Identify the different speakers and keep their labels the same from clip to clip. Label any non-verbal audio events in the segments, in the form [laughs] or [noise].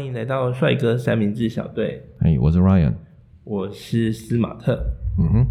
Speaker 1: 迎来到帅哥三明治小队，
Speaker 2: 哎，我是 Ryan。
Speaker 1: 我是司马特。
Speaker 2: 嗯哼，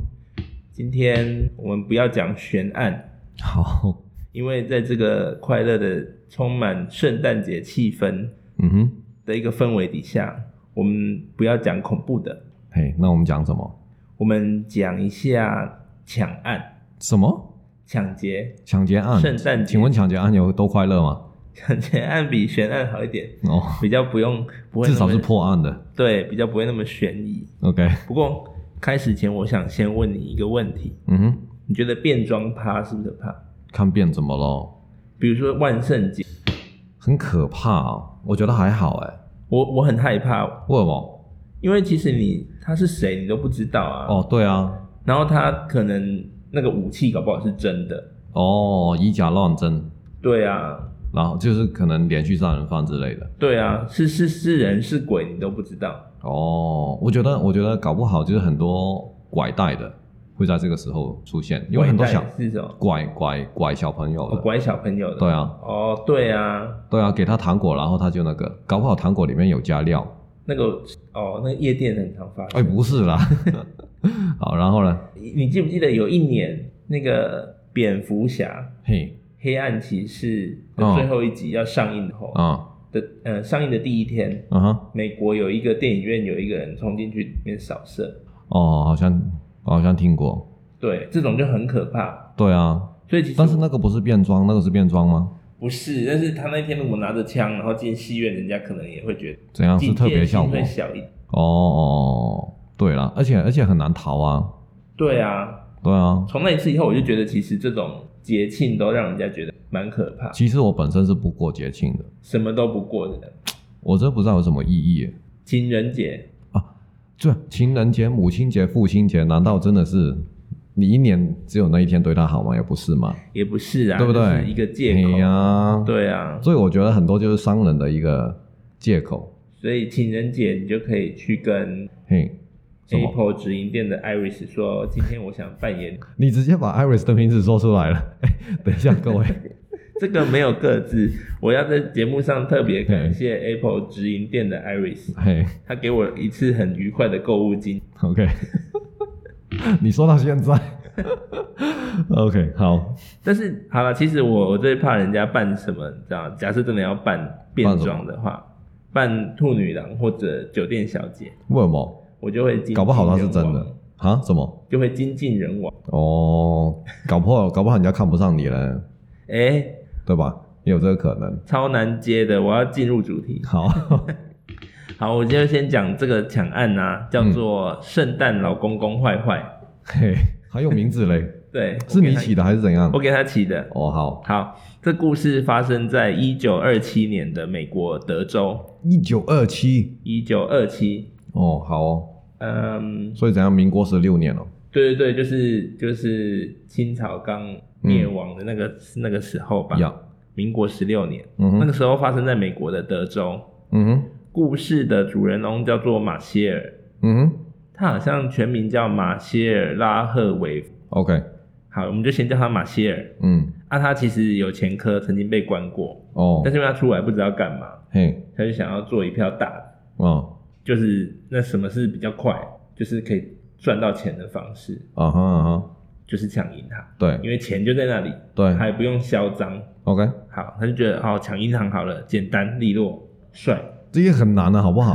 Speaker 1: 今天我们不要讲悬案，
Speaker 2: 好。
Speaker 1: 因为在这个快乐的、充满圣诞节气氛
Speaker 2: 嗯哼，
Speaker 1: 的一个氛围底下，我们不要讲恐怖的，
Speaker 2: 嘿，那我们讲什么？
Speaker 1: 我们讲一下抢案、
Speaker 2: 什么
Speaker 1: 抢劫。
Speaker 2: 抢劫案？
Speaker 1: 圣诞节
Speaker 2: 啊请问抢劫案有多快乐吗？
Speaker 1: [laughs] 抢劫案比悬案好一点，
Speaker 2: 哦，
Speaker 1: 比较不用不会
Speaker 2: 至
Speaker 1: 那
Speaker 2: 少
Speaker 1: 么
Speaker 2: 是破案的。
Speaker 1: 对，比较不会那么悬疑。
Speaker 2: OK，
Speaker 1: 不过开始前，我想先问你一个问题：
Speaker 2: 嗯哼，
Speaker 1: 你觉得变装趴是不是可怕？
Speaker 2: 看变怎么咯？
Speaker 1: 比如说万圣节，
Speaker 2: 很可怕哦，我觉得还好哎。
Speaker 1: 我我很害怕，
Speaker 2: 为什么？
Speaker 1: 因为其实你他是谁你都不知道啊。
Speaker 2: 哦，对啊，
Speaker 1: 然后他可能那个武器搞不好是真的。
Speaker 2: 哦，以假乱真，
Speaker 1: 对啊，
Speaker 2: 然后就是可能连续杀人犯之类的。
Speaker 1: 对啊，是是是人是鬼你都不知道。
Speaker 2: 哦，我觉得，我觉得搞不好就是很多拐带的会在这个时候出现，因为很多小
Speaker 1: 拐带是什么？
Speaker 2: 拐拐拐小朋友
Speaker 1: 哦，
Speaker 2: 的，
Speaker 1: 拐小朋友的。
Speaker 2: 对啊，
Speaker 1: 哦，对啊，
Speaker 2: 对啊，给他糖果，然后他就那个，搞不好糖果里面有加料，
Speaker 1: 那个哦，那个夜店很常发
Speaker 2: 哎，
Speaker 1: 生。
Speaker 2: 不是啦， [laughs] 好，然后呢，
Speaker 1: 你你记不记得有一年那个蝙蝠侠？
Speaker 2: 嘿，
Speaker 1: 黑暗骑士的
Speaker 2: 哦
Speaker 1: 最后一集要上映后
Speaker 2: 啊，
Speaker 1: 的、呃上映的第一天，
Speaker 2: 嗯哼，
Speaker 1: 美国有一个电影院有一个人冲进去里面扫射，
Speaker 2: 哦，好像好像听过，
Speaker 1: 对，这种就很可怕。
Speaker 2: 对啊，
Speaker 1: 所以其实
Speaker 2: 但是那个不是变装，那个是变装吗？
Speaker 1: 不是，但是他那天如果拿着枪然后进戏院，人家可能也会觉得
Speaker 2: 怎样是
Speaker 1: 警
Speaker 2: 特别
Speaker 1: 戒
Speaker 2: 效
Speaker 1: 心
Speaker 2: 果
Speaker 1: 会？小一点。
Speaker 2: 哦哦，对啦，而且而且很难逃啊，
Speaker 1: 对啊，
Speaker 2: 对啊，
Speaker 1: 从那一次以后，我就觉得其实这种节庆都让人家觉得蛮可怕，
Speaker 2: 其实我本身是不过节庆的，
Speaker 1: 什么都不过的。
Speaker 2: 我真不知道有什么意义耶。
Speaker 1: 情人节，
Speaker 2: 这情人节、母亲节、父亲节，难道真的是你一年只有那一天对他好吗？也不是嘛，
Speaker 1: 也不是啊，
Speaker 2: 对不对
Speaker 1: 就是一个借口。
Speaker 2: 哎呀，
Speaker 1: 对啊，
Speaker 2: 所以我觉得很多就是商人的一个借口。
Speaker 1: 所以情人节你就可以去跟
Speaker 2: 嘿，什么
Speaker 1: Apple 直营店的 Iris 说，今天我想扮演
Speaker 2: 你直接把 Iris 的名字说出来了。 [laughs] 哎，等一下，各位，
Speaker 1: [laughs] 这个没有各自，我要在节目上特别感谢 Apple 直营店的 Iris，
Speaker 2: 嘿
Speaker 1: 他给我一次很愉快的购物经。
Speaker 2: ，OK，你说到现在 [laughs] ，OK，好，
Speaker 1: 但是好了，其实我我最怕人家扮什么，你知道？假设真的要扮变装的话，扮兔女郎或者酒店小姐，
Speaker 2: 为什么？
Speaker 1: 我就会精尽
Speaker 2: 搞不好他是
Speaker 1: 人
Speaker 2: 真
Speaker 1: 亡
Speaker 2: 的，啊？什么？
Speaker 1: 就会精尽人亡。
Speaker 2: 哦，搞不好，搞不好人家看不上你了，
Speaker 1: 哎、
Speaker 2: 对吧？也有这个可能。
Speaker 1: 超难接的，我要进入主题。
Speaker 2: 好， [laughs]
Speaker 1: 好，我今天先讲这个抢案啊，叫做“圣诞老公公坏坏
Speaker 2: 嘿，还有名字嘞，”。
Speaker 1: [laughs] 对，
Speaker 2: 是
Speaker 1: 我给
Speaker 2: 你
Speaker 1: 他
Speaker 2: 起的还是怎样
Speaker 1: 我？给他起的。
Speaker 2: 哦，好，
Speaker 1: 好，这故事发生在一九二七年的美国德州。
Speaker 2: 一九二七，
Speaker 1: 一九二七，
Speaker 2: 哦，好哦，
Speaker 1: 嗯，
Speaker 2: 所以怎样？民国十六年哦了，
Speaker 1: 对对对，就是就是清朝刚灭亡的那个、那个时候吧，
Speaker 2: 呀，
Speaker 1: 民国十六年，
Speaker 2: 嗯
Speaker 1: 那个
Speaker 2: 哼，
Speaker 1: 时候发生在美国的德州。
Speaker 2: 嗯哼，
Speaker 1: 故事的主人翁叫做马歇尔，
Speaker 2: 嗯哼
Speaker 1: 他好像全名叫马歇尔拉赫维夫。
Speaker 2: ，OK，
Speaker 1: 好，我们就先叫他马歇尔。
Speaker 2: 嗯，
Speaker 1: 啊，他其实有前科，曾经被关过，
Speaker 2: 哦
Speaker 1: 但，是因为他出来不知道干嘛，
Speaker 2: 嘿，
Speaker 1: 他就想要做一票大的，
Speaker 2: 哦，
Speaker 1: 就是那什么是比较快，就是可以赚到钱的方式，
Speaker 2: 啊哈啊哈，
Speaker 1: 就是抢银行，因
Speaker 2: 对
Speaker 1: 为钱就在那里，
Speaker 2: 对
Speaker 1: 他也不用嚣张。
Speaker 2: ，OK，
Speaker 1: 好，他就觉得哦，抢银行好了，简单利落，帅。
Speaker 2: 这也很难的，啊好
Speaker 1: [laughs]
Speaker 2: 不好？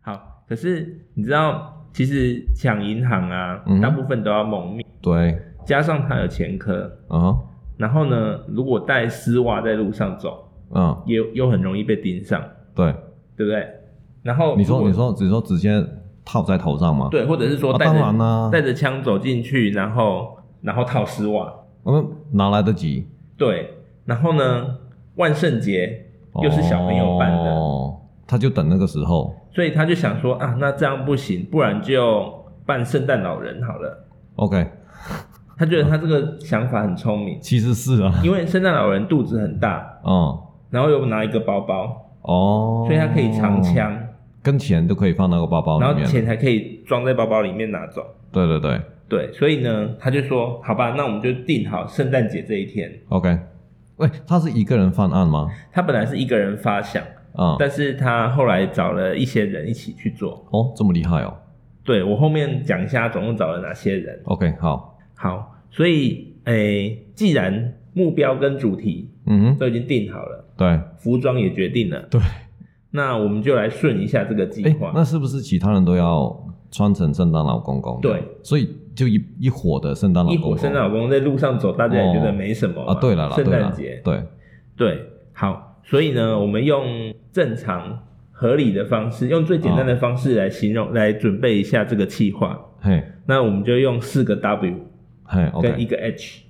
Speaker 1: 好，可是你知道，其实抢银行啊，
Speaker 2: 嗯哼
Speaker 1: 大部分都要蒙面，
Speaker 2: 对，
Speaker 1: 加上他有前科，
Speaker 2: 啊哈，
Speaker 1: 然后呢，如果带丝袜在路上走，
Speaker 2: 啊，
Speaker 1: 也又很容易被盯上，
Speaker 2: 对，
Speaker 1: 对不对？然后
Speaker 2: 你说
Speaker 1: 如果
Speaker 2: 你说只说直接套在头上吗？，
Speaker 1: 对，或者是说
Speaker 2: 啊
Speaker 1: 带着、
Speaker 2: 当然啦
Speaker 1: 带着枪走进去，然后然后套丝袜，
Speaker 2: 我们哪嗯来得及？
Speaker 1: 对，然后呢，万圣节又是小朋友办的，
Speaker 2: 哦，他就等那个时候。
Speaker 1: 所以他就想说啊，那这样不行，不然就扮圣诞老人好了。
Speaker 2: OK，
Speaker 1: 他觉得他这个想法很聪明，
Speaker 2: 其实是啊，
Speaker 1: 因为圣诞老人肚子很大，
Speaker 2: 嗯，
Speaker 1: 然后又拿一个包包，
Speaker 2: 哦，
Speaker 1: 所以他可以藏枪。
Speaker 2: 跟钱都可以放那个包包
Speaker 1: 然
Speaker 2: 哦里
Speaker 1: 后
Speaker 2: 面。
Speaker 1: 钱还可以装在包包里面拿走。
Speaker 2: 对对对
Speaker 1: 对，所以呢，他就说：“好吧，那我们就定好圣诞节这一天。
Speaker 2: ，OK。喂，他是一个人犯案吗？”
Speaker 1: 他本来是一个人发想，
Speaker 2: 啊、
Speaker 1: 但是他后来找了一些人一起去做。
Speaker 2: 哦，这么厉害哦。
Speaker 1: 对我后面讲一下，总共找了哪些人。
Speaker 2: OK，好，
Speaker 1: 好，所以诶、既然目标跟主题
Speaker 2: 嗯哼，
Speaker 1: 都已经定好了，
Speaker 2: 对
Speaker 1: 服装也决定了，
Speaker 2: 对。
Speaker 1: 那我们就来顺一下这个计
Speaker 2: 哎、
Speaker 1: 划。
Speaker 2: 那是不是其他人都要穿成圣诞老公公？
Speaker 1: 对，
Speaker 2: 所以就一一伙的圣诞老
Speaker 1: 一
Speaker 2: 公公。
Speaker 1: 伙圣诞老公在路上走，大家也觉得
Speaker 2: 哦
Speaker 1: 没什么嘛
Speaker 2: 啊，对了啦，
Speaker 1: 圣
Speaker 2: 对
Speaker 1: 诞
Speaker 2: 了，
Speaker 1: 节，
Speaker 2: 对，
Speaker 1: 对，好，所以呢，我们用正常合理的方式，用最简单的方式来形
Speaker 2: 哦
Speaker 1: 容，来准备一下这个计划。
Speaker 2: 嘿，
Speaker 1: 那我们就用四个 W
Speaker 2: 嘿
Speaker 1: 跟一
Speaker 2: ，OK，OK，、
Speaker 1: 个 H，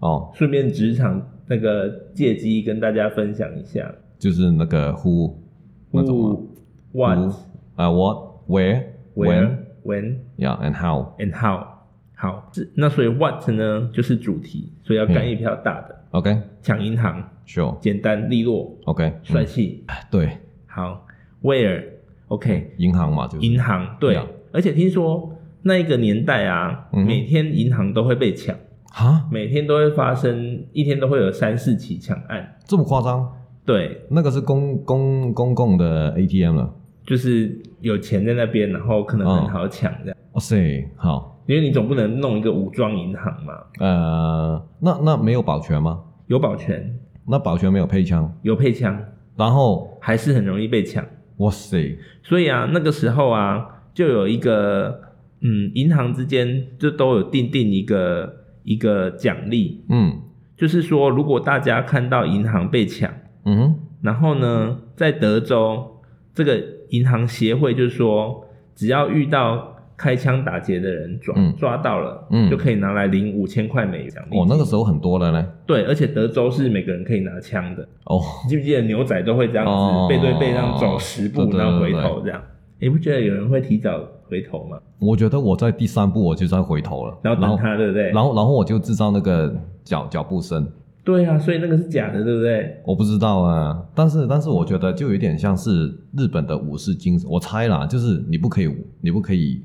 Speaker 2: 哦，
Speaker 1: 顺便职场那个借机跟大家分享一下。
Speaker 2: 就是那个 who 那种吗
Speaker 1: Who, what,
Speaker 2: 啊、w h a t
Speaker 1: where,
Speaker 2: where，when，
Speaker 1: when,
Speaker 2: yeah and how。
Speaker 1: and how。好，是那所以 what 呢就是主题，所以要
Speaker 2: 嗯
Speaker 1: 干一票大的，
Speaker 2: OK，
Speaker 1: 抢银行，
Speaker 2: sure，OK，、
Speaker 1: 简单利落，帅气。
Speaker 2: 嗯对，
Speaker 1: 好，where，OK，、
Speaker 2: 银行嘛，就是
Speaker 1: 银行对
Speaker 2: Yeah
Speaker 1: 而且听说那一个年代啊，
Speaker 2: 嗯哼
Speaker 1: 每天银行都会被抢，
Speaker 2: 哈，
Speaker 1: 每天都会发生，一天都会有三四起抢案。
Speaker 2: 这么夸张？
Speaker 1: 对，
Speaker 2: 那个是公公公共的 ATM 了。
Speaker 1: 就是有钱在那边，然后可能
Speaker 2: 嗯
Speaker 1: 很好抢这样，
Speaker 2: 哇塞，好，
Speaker 1: 因为你总不能弄一个武装银行嘛，
Speaker 2: 呃，那那没有保全吗？
Speaker 1: 有保全，
Speaker 2: 那保全没有配枪，
Speaker 1: 有配枪，
Speaker 2: 然后
Speaker 1: 还是很容易被抢。
Speaker 2: 哇塞，
Speaker 1: 所以啊，那个时候啊，就有一个嗯，银行之间就都有定定一个一个奖励，
Speaker 2: 嗯
Speaker 1: 就是说，如果大家看到银行被抢，
Speaker 2: 嗯哼，
Speaker 1: 然后呢，在德州这个银行协会就是说，只要遇到开枪打劫的人抓、
Speaker 2: 嗯
Speaker 1: 抓到了，
Speaker 2: 嗯
Speaker 1: 就可以拿来领五千块美元奖励金。
Speaker 2: 哦，那个时候很多了呢，
Speaker 1: 对，而且德州是每个人可以拿枪的，
Speaker 2: 哦，
Speaker 1: 你记不记得牛仔都会这样子、
Speaker 2: 哦
Speaker 1: 背对背这样走十步，
Speaker 2: 对对
Speaker 1: 然后回
Speaker 2: 对
Speaker 1: 头这样。你不觉得有人会提早回头吗？
Speaker 2: 我觉得我在第三步我就在回头了，
Speaker 1: 然后等
Speaker 2: 然后
Speaker 1: 他，对不对？
Speaker 2: 然后然后我就制造那个脚脚步声，
Speaker 1: 对啊，所以那个是假的，对不对？
Speaker 2: 我不知道啊，但是但是我觉得就有点像是日本的武士精神，我猜啦，就是你不可以你不可以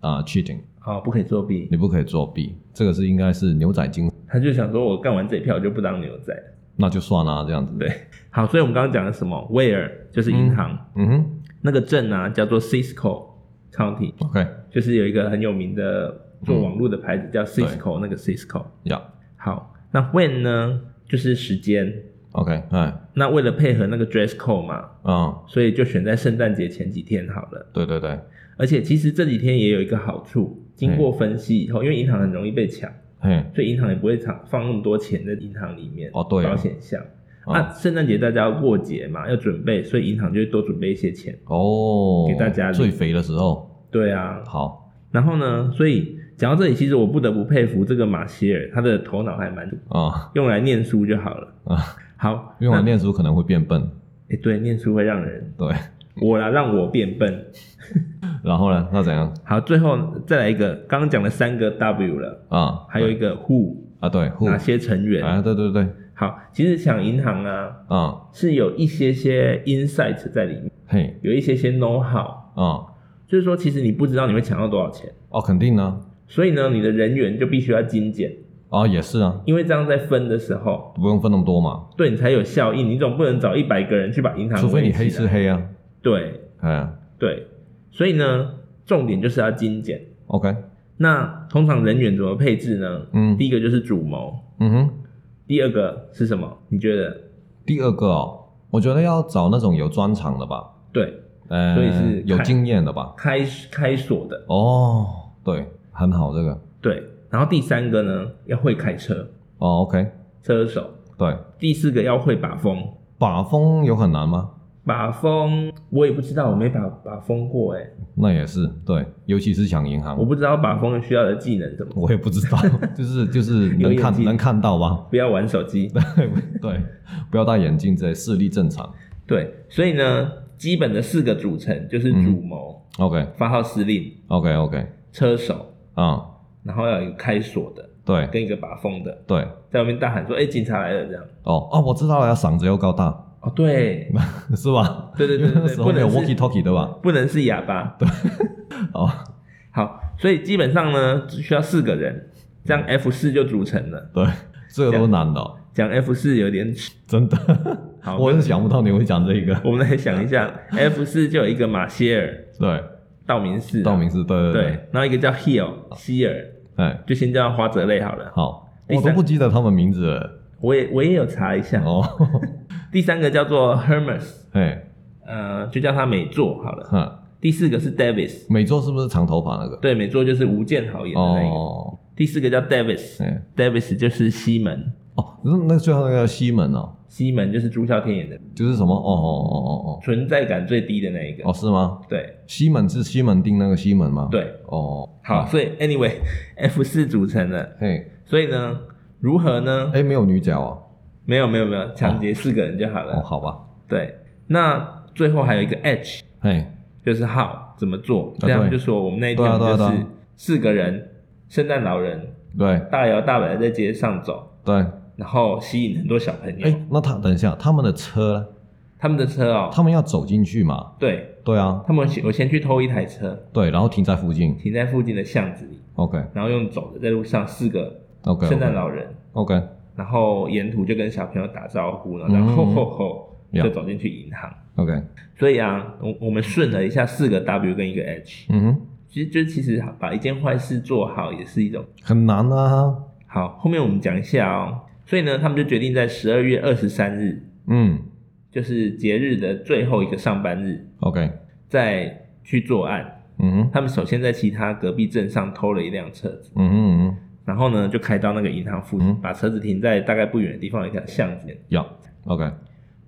Speaker 2: 啊、cheating，
Speaker 1: 哦，不可以作弊。
Speaker 2: 你不可以作弊，这个是应该是牛仔精，
Speaker 1: 他就想说，我干完这一票我就不当牛仔了。
Speaker 2: 那就算啦、这样子，
Speaker 1: 对好，所以我们刚刚讲的什么？Where 就是银行，
Speaker 2: 嗯哼
Speaker 1: 那个镇啊叫做 Cisco County，
Speaker 2: ，OK，
Speaker 1: 就是有一个很有名的
Speaker 2: 嗯
Speaker 1: 做网络的牌子叫 Cisco，、那个 Cisco。
Speaker 2: 呀、
Speaker 1: 好，那 When 呢就是时间，
Speaker 2: o k 哎，
Speaker 1: 那为了配合那个 dress code 嘛，
Speaker 2: 嗯，
Speaker 1: 所以就选在圣诞节前几天好了。
Speaker 2: 对对对，
Speaker 1: 而且其实这几天也有一个好处，经过分析以后，因为银行很容易被抢，
Speaker 2: 嘿，
Speaker 1: 所以银行也不会藏放那么多钱在银行里面
Speaker 2: 哦对啊
Speaker 1: 保险箱。
Speaker 2: 嗯
Speaker 1: 啊，圣诞节大家要过节嘛，要准备，所以银行就会多准备一些钱。
Speaker 2: 哦，
Speaker 1: 给大家
Speaker 2: 最肥的时候，
Speaker 1: 对啊，
Speaker 2: 好，
Speaker 1: 然后呢，所以讲到这里，其实我不得不佩服这个马歇尔，他的头脑还蛮
Speaker 2: 啊、
Speaker 1: 用来念书就好了。
Speaker 2: 啊，
Speaker 1: 好，
Speaker 2: 因为我念书可能会变笨，
Speaker 1: 哎，对，念书会让人
Speaker 2: 对，
Speaker 1: 我啦，让我变笨。
Speaker 2: 然后呢，那怎样
Speaker 1: 好，最后再来一个，刚刚讲了三个 W 了，
Speaker 2: 啊？
Speaker 1: 还有一个 Who，
Speaker 2: 啊，对
Speaker 1: 哪
Speaker 2: ，who，
Speaker 1: 些成员？
Speaker 2: 啊，对对对，
Speaker 1: 好，其实抢银行啊，
Speaker 2: 啊，
Speaker 1: 是有一些些 insight 在里面，
Speaker 2: 嘿，
Speaker 1: 有一些些 know how，
Speaker 2: 啊，
Speaker 1: 就是说，其实你不知道你会抢到多少钱，
Speaker 2: 哦，肯定呢，
Speaker 1: 所以呢，你的人员就必须要精简，
Speaker 2: 啊，也是啊，
Speaker 1: 因为这样在分的时候，
Speaker 2: 不用分那么多嘛，
Speaker 1: 对你才有效益。你总不能找一百个人去把银行，
Speaker 2: 除非你黑吃。黑啊，
Speaker 1: 对
Speaker 2: 哎呀
Speaker 1: 对，所以呢，重点就是要精简。
Speaker 2: ，OK，
Speaker 1: 那通常人员怎么配置呢？
Speaker 2: 嗯
Speaker 1: 第一个就是主谋，
Speaker 2: 嗯哼，
Speaker 1: 第二个是什么？你觉得？
Speaker 2: 第二个哦，我觉得要找那种有专长的吧，
Speaker 1: 对，
Speaker 2: 呃，
Speaker 1: 所以是
Speaker 2: 有
Speaker 1: 看
Speaker 2: 经验的吧，
Speaker 1: 开开锁的，
Speaker 2: 哦，对，很好这个，
Speaker 1: 对。然后第三个呢，要会开车，
Speaker 2: 哦，OK，
Speaker 1: 车手。
Speaker 2: 对，
Speaker 1: 第四个要会把风，
Speaker 2: 把风有很难吗？
Speaker 1: 把风我也不知道，我没把把风过哎、
Speaker 2: 那也是对，尤其是抢银行，
Speaker 1: 我
Speaker 2: 我
Speaker 1: 不知道把风需要的技能是什么，
Speaker 2: 也不知道， [laughs] 就是就是
Speaker 1: 有
Speaker 2: 能
Speaker 1: 眼
Speaker 2: 看
Speaker 1: 睛
Speaker 2: 能看到吧？
Speaker 1: 不要玩手机。
Speaker 2: 对，不要戴眼镜，这些视力正常。
Speaker 1: 对，所以呢，基本的四个组成就是主谋、
Speaker 2: OK
Speaker 1: 发号司令、
Speaker 2: OK OK，
Speaker 1: 车手，
Speaker 2: 嗯，
Speaker 1: 然后要有一个开锁的
Speaker 2: 对
Speaker 1: 跟一个把风的，
Speaker 2: 对，
Speaker 1: 在外面大喊说：“哎、警察来了！”这样。
Speaker 2: 哦哦，我知道了，要嗓子要高大，
Speaker 1: 哦，对，
Speaker 2: [laughs] 是吧？
Speaker 1: 对对
Speaker 2: 因为
Speaker 1: 对
Speaker 2: 那
Speaker 1: 对对，
Speaker 2: 时
Speaker 1: 不
Speaker 2: 候没有
Speaker 1: 能
Speaker 2: walkie
Speaker 1: 是
Speaker 2: talkie 对吧？
Speaker 1: 不能是哑巴。
Speaker 2: 哦，
Speaker 1: 好，所以基本上呢，只需要四个人，这样 F 四就组成了。
Speaker 2: 对，这个
Speaker 1: 这
Speaker 2: 都
Speaker 1: 样
Speaker 2: 难的哦。
Speaker 1: 讲 F 四有点扯，
Speaker 2: 真的，
Speaker 1: 好，
Speaker 2: 我是想不到你会讲这个。
Speaker 1: [laughs] 我们来想一
Speaker 2: [laughs]
Speaker 1: 下，F 四就有一个马歇尔、
Speaker 2: 对，
Speaker 1: 道明寺、啊
Speaker 2: 道明寺，
Speaker 1: 对
Speaker 2: 对对，，
Speaker 1: 然后一个叫 Hill 希尔，
Speaker 2: 哎，
Speaker 1: 就先叫花泽类好了。
Speaker 2: 好，
Speaker 1: 第
Speaker 2: 我都
Speaker 1: 三
Speaker 2: 不记得他们名字了。
Speaker 1: 我也我也有查一下，
Speaker 2: 哦，
Speaker 1: 第三个叫做 Hermes，
Speaker 2: 哎，
Speaker 1: 呃，就叫他美作好了。
Speaker 2: 哼，
Speaker 1: 第四个是 Davis，
Speaker 2: 美作是不是长头发那个？
Speaker 1: 对，美作就是吴建豪演的那个。
Speaker 2: 哦，
Speaker 1: 第四个叫 Davis，Davis
Speaker 2: 哎，
Speaker 1: 就是西门，
Speaker 2: 哦，那那最后那个西门哦，
Speaker 1: 西门就是朱孝天演的，
Speaker 2: 就是什么？哦哦哦哦
Speaker 1: 存在感最低的那一个。
Speaker 2: 哦，哦，是吗？
Speaker 1: 对
Speaker 2: 西门是西门町那个西门吗？，
Speaker 1: 对，
Speaker 2: 哦，
Speaker 1: 好，，所以 [laughs] anyway，F 四组成了，
Speaker 2: 嘿，
Speaker 1: 所以呢，如何呢？
Speaker 2: 哎，没有女角哦，
Speaker 1: 没有没有没有，抢劫四个人就好了。
Speaker 2: 哦，好吧，
Speaker 1: 对，那最后还有一个 H，
Speaker 2: 嘿，
Speaker 1: 就是 how 怎么做，这样
Speaker 2: 对
Speaker 1: 就说我们那一
Speaker 2: 啊对啊
Speaker 1: 天就
Speaker 2: 对啊对
Speaker 1: 是
Speaker 2: 啊
Speaker 1: 四个人，圣诞老人
Speaker 2: 对
Speaker 1: 大摇大摆的在街上走，
Speaker 2: 对，
Speaker 1: 然后吸引很多小朋友。
Speaker 2: 哎，那他等一下，他们的车呢？
Speaker 1: 他们的车哦，
Speaker 2: 他们要走进去嘛？
Speaker 1: 对
Speaker 2: 对啊，
Speaker 1: 他们先我先去偷一台车，
Speaker 2: 对，然后停在附近。
Speaker 1: 停在附近的巷子里，
Speaker 2: OK
Speaker 1: 然后用走的在路上四个
Speaker 2: OK，
Speaker 1: 圣诞老人，
Speaker 2: OK，
Speaker 1: 然后沿途就跟小朋友打招呼，然后吼
Speaker 2: 嗯
Speaker 1: 吼吼
Speaker 2: 呀
Speaker 1: 就走进去银行。
Speaker 2: OK，
Speaker 1: 所以啊，我我们顺了一下四个 W 跟一个 H，
Speaker 2: 嗯哼，
Speaker 1: 其实就其实把一件坏事做好也是一种
Speaker 2: 很难啊。
Speaker 1: 好。后面我们讲一下哦。所以呢，他们就决定在十二月二十三日，
Speaker 2: 嗯
Speaker 1: 就是节日的最后一个上班日，
Speaker 2: ，OK，
Speaker 1: 再去作案。
Speaker 2: 嗯哼，
Speaker 1: 他们首先在其他隔壁镇上偷了一辆车子，
Speaker 2: 嗯哼嗯哼，
Speaker 1: 然后呢就开到那个银行附近，
Speaker 2: 嗯
Speaker 1: 把车子停在大概不远的地方一个巷子。
Speaker 2: 要 OK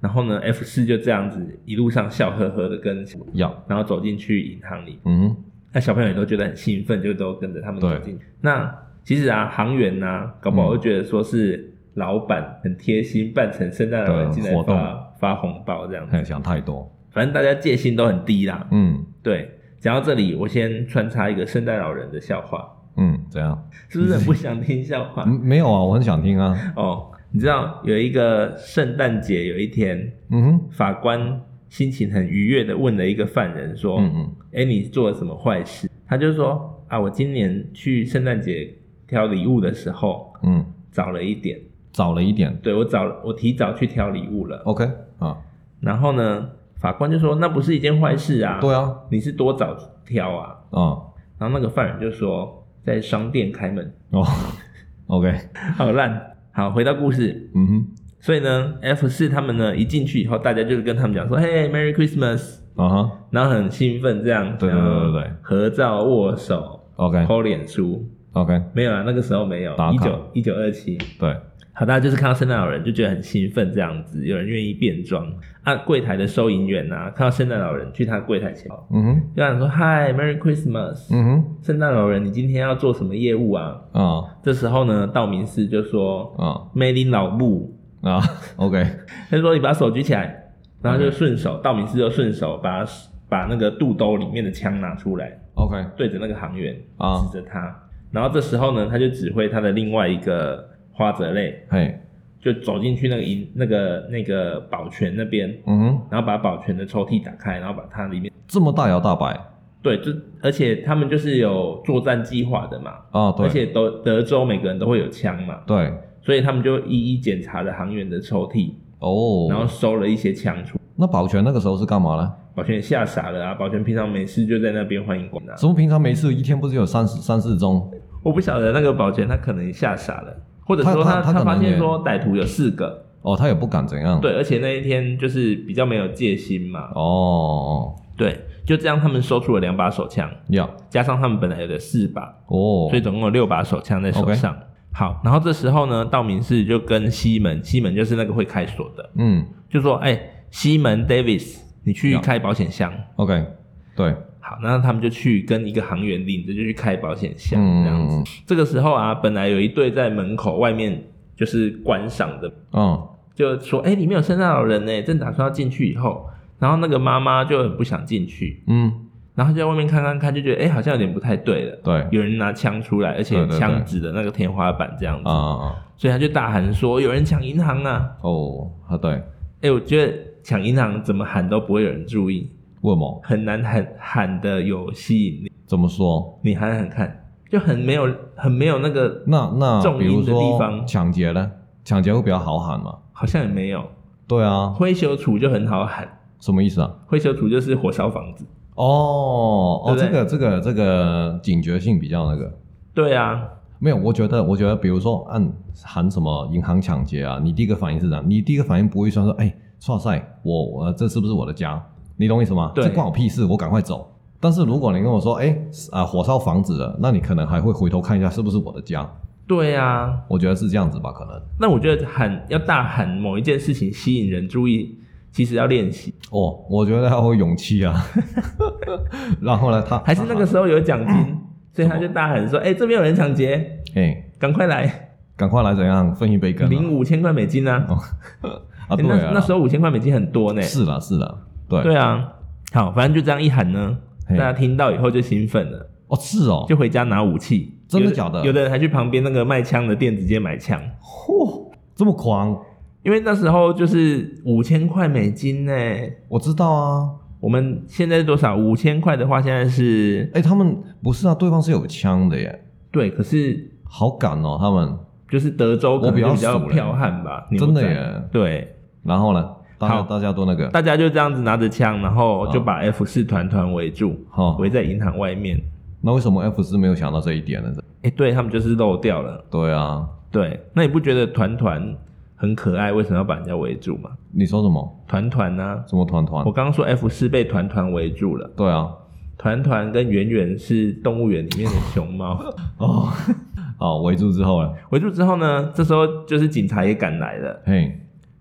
Speaker 1: 然后呢，F 四就这样子一路上笑呵呵的跟，
Speaker 2: 要，
Speaker 1: 然后走进去银行里。
Speaker 2: 嗯哼，
Speaker 1: 那小朋友也都觉得很兴奋，就都跟着他们走
Speaker 2: 对
Speaker 1: 进去。那其实啊，行员呐、搞不好
Speaker 2: 嗯
Speaker 1: 会觉得说是老板很贴心，扮成圣诞老人
Speaker 2: 对
Speaker 1: 进来
Speaker 2: 活动
Speaker 1: 发发红包这样子。
Speaker 2: 嘿，想太多。
Speaker 1: 反正大家戒心都很低啦。
Speaker 2: 嗯
Speaker 1: 对，讲到这里，我先穿插一个圣诞老人的笑话，
Speaker 2: 嗯，怎样？
Speaker 1: 是不是很不想听笑话？
Speaker 2: [laughs] 嗯，没有啊，我很想听啊。
Speaker 1: 哦，你知道有一个圣诞节有一天，
Speaker 2: 嗯哼，
Speaker 1: 法官心情很愉悦的问了一个犯人说：“
Speaker 2: 嗯嗯，
Speaker 1: 哎、你做了什么坏事？”他就说：“啊，我今年去圣诞节挑礼物的时候
Speaker 2: 嗯，
Speaker 1: 早了一点，
Speaker 2: 早了一点。
Speaker 1: 对我早我提早去挑礼物了。
Speaker 2: OK 啊，
Speaker 1: 然后呢，法官就说：“那不是一件坏事啊，
Speaker 2: 对啊，
Speaker 1: 你是多早挑啊
Speaker 2: 啊，哦？”
Speaker 1: 然后那个犯人就说：“在商店开门，
Speaker 2: 哦，OK，
Speaker 1: 好烂。”好，回到故事，
Speaker 2: 嗯哼，
Speaker 1: 所以呢，F 四他们呢一进去以后，大家就是跟他们讲说：“嘿，Merry Christmas。”
Speaker 2: 啊哈
Speaker 1: 然后很兴奋这样，
Speaker 2: 对对对对对，
Speaker 1: 合照握手，
Speaker 2: ，OK
Speaker 1: 抛脸书，
Speaker 2: OK，
Speaker 1: 没有啊，那个时候没有
Speaker 2: 打，
Speaker 1: 一
Speaker 2: 卡
Speaker 1: 九一九二七，
Speaker 2: 对，
Speaker 1: 好，大家就是看到圣诞老人就觉得很兴奋这样子，有人愿意变装，啊，柜台的收银员啊，看到圣诞老人去他柜台前，
Speaker 2: 嗯哼，
Speaker 1: 就想说嗨，Merry Christmas，、
Speaker 2: 嗯哼，
Speaker 1: 圣诞老人，你今天要做什么业务啊？
Speaker 2: 啊
Speaker 1: 这时候呢，道明寺就说
Speaker 2: 啊
Speaker 1: 梅林老木，
Speaker 2: 啊，OK，
Speaker 1: 他就说你把手举起来，然后就顺手，道明寺就顺手把把那个肚兜里面的枪拿出来，
Speaker 2: OK
Speaker 1: 对着那个航员
Speaker 2: 啊
Speaker 1: 指着他，然后这时候呢，他就指挥他的另外一个花泽类，
Speaker 2: 嘿，
Speaker 1: 就走进去那个银那个那个保全那边，
Speaker 2: 嗯哼，
Speaker 1: 然后把保全的抽屉打开，然后把它里面
Speaker 2: 这么大摇大摆
Speaker 1: 对，就而且他们就是有作战计划的嘛，
Speaker 2: 啊，对，
Speaker 1: 而且德德州每个人都会有枪嘛，
Speaker 2: 对，
Speaker 1: 所以他们就一一检查了航员的抽屉，
Speaker 2: 哦，
Speaker 1: 然后收了一些枪出。
Speaker 2: 那保全那个时候是干嘛呢？
Speaker 1: 保全也吓傻了啊！保全平常没事就在那边欢迎光啊，
Speaker 2: 怎么平常没事一天不是有三四三四宗？
Speaker 1: 我不晓得那个保全他可能也吓傻了，或者说他
Speaker 2: 他他他可能
Speaker 1: 发现
Speaker 2: 也
Speaker 1: 说歹徒有四个，
Speaker 2: 哦，他也不敢怎样。
Speaker 1: 对，而且那一天就是比较没有戒心嘛，
Speaker 2: 哦，哦，
Speaker 1: 对，就这样他们收出了两把手枪，
Speaker 2: 要
Speaker 1: 加上他们本来有的四把，
Speaker 2: 哦，
Speaker 1: 所以总共有六把手枪在手
Speaker 2: OK
Speaker 1: 上。好，然后这时候呢，道明寺就跟西门，西门就是那个会开锁的，
Speaker 2: 嗯
Speaker 1: 就说：“哎、西门 Davis，你去
Speaker 2: 呀
Speaker 1: 开保险箱。
Speaker 2: ，OK，对，
Speaker 1: 好，那他们就去跟一个行员领着就去开保险箱，
Speaker 2: 嗯
Speaker 1: 这样子。
Speaker 2: 嗯
Speaker 1: 这个时候啊，本来有一对在门口外面就是观赏的，
Speaker 2: 嗯
Speaker 1: 就说：“哎、里面有圣诞老人呢。”正打算要进去以后，然后那个妈妈就很不想进去，
Speaker 2: 嗯，
Speaker 1: 然后就在外面看看看，就觉得哎、好像有点不太对了。
Speaker 2: 对
Speaker 1: 有人拿枪出来，而且
Speaker 2: 对对对
Speaker 1: 枪指的那个天花板这样子，
Speaker 2: 啊啊啊，
Speaker 1: 所以他就大喊说：“有人抢银行啊
Speaker 2: 哦，啊对，！”
Speaker 1: 哎、我觉得抢银行怎么喊都不会有人注意，
Speaker 2: 为毛？
Speaker 1: 很难喊喊的有吸引力。
Speaker 2: 怎么说？
Speaker 1: 你喊喊看，就很没有很没有那个
Speaker 2: 那那
Speaker 1: 重
Speaker 2: 比
Speaker 1: 音
Speaker 2: 如
Speaker 1: 的地
Speaker 2: 说
Speaker 1: 方
Speaker 2: 抢劫呢？抢劫会比较好喊嘛？
Speaker 1: 好像也没有。
Speaker 2: 对啊，
Speaker 1: 灰朽土就很好喊，
Speaker 2: 什么意思啊？
Speaker 1: 灰朽土就是火烧房子。
Speaker 2: 哦哦，
Speaker 1: 对
Speaker 2: 这
Speaker 1: 不对
Speaker 2: 个这个这个警觉性比较那个。
Speaker 1: 对啊，
Speaker 2: 没有，我觉得，我觉得，比如说按喊什么银行抢劫啊，你第一个反应是啥？你第一个反应不会说说，哎，哇塞，我我呃这是不是我的家？你懂我意思吗？
Speaker 1: 对
Speaker 2: 这关我屁事，我赶快走。但是如果你跟我说，哎啊，火烧房子了，那你可能还会回头看一下是不是我的家。
Speaker 1: 对啊。
Speaker 2: 我觉得是这样子吧，可能。
Speaker 1: 那我觉得喊要大喊某一件事情吸引人注意，其实要练习。
Speaker 2: 哦，我觉得他有勇
Speaker 1: [laughs]
Speaker 2: 气啊。然后呢，他
Speaker 1: 还是那个时候有奖金，
Speaker 2: 嗯
Speaker 1: 所以他就大喊说：“哎、这边有人抢劫，
Speaker 2: [laughs] 哎，
Speaker 1: 赶快来，
Speaker 2: 赶快来怎样分一杯羹啊
Speaker 1: 领五千块美金啊！”
Speaker 2: 哦啊？
Speaker 1: 欸
Speaker 2: 对
Speaker 1: 那
Speaker 2: 啊，
Speaker 1: 那时候五千块美金很多呢。
Speaker 2: 是啦是啦，对
Speaker 1: 对啊，好，反正就这样一喊呢，
Speaker 2: 嘿
Speaker 1: 大家听到以后就兴奋了，
Speaker 2: 哦是哦，
Speaker 1: 就回家拿武器。
Speaker 2: 真的
Speaker 1: 有
Speaker 2: 假的
Speaker 1: 有的人还去旁边那个卖枪的店直接买枪，
Speaker 2: 嚯，这么狂，
Speaker 1: 因为那时候就是五千块美金呢。
Speaker 2: 我知道啊。
Speaker 1: 我们现在是多少？五千块的话，现在是
Speaker 2: 哎，他们不是啊，对方是有枪的耶，
Speaker 1: 对，可是
Speaker 2: 好敢哦，他们。
Speaker 1: 就是德州可
Speaker 2: 我
Speaker 1: 能
Speaker 2: 比较
Speaker 1: 就比较
Speaker 2: 熟嘞
Speaker 1: 剽悍吧，牛
Speaker 2: 真的
Speaker 1: 仔
Speaker 2: 耶
Speaker 1: 对，
Speaker 2: 然后呢，大家
Speaker 1: 好
Speaker 2: 大家都那个，
Speaker 1: 大家就这样子拿着枪，然后
Speaker 2: 哦
Speaker 1: 就把 F 四团团围住，
Speaker 2: 好、
Speaker 1: 围在银行外面。
Speaker 2: 那为什么 F 四没有想到这一点呢？
Speaker 1: 哎、对他们就是漏掉了。
Speaker 2: 对啊，
Speaker 1: 对，那你不觉得团团很可爱？为什么要把人家围住嘛？
Speaker 2: 你说什么？
Speaker 1: 团团呢？
Speaker 2: 什么团团
Speaker 1: 我？刚刚说 F 四被团团围住了，
Speaker 2: 对啊，
Speaker 1: 团团跟圆圆是动物园里面的熊猫。 [laughs]
Speaker 2: 哦， [laughs] 好，围住之后呢？
Speaker 1: 围住之后呢，这时候就是警察也赶来了，
Speaker 2: 嘿，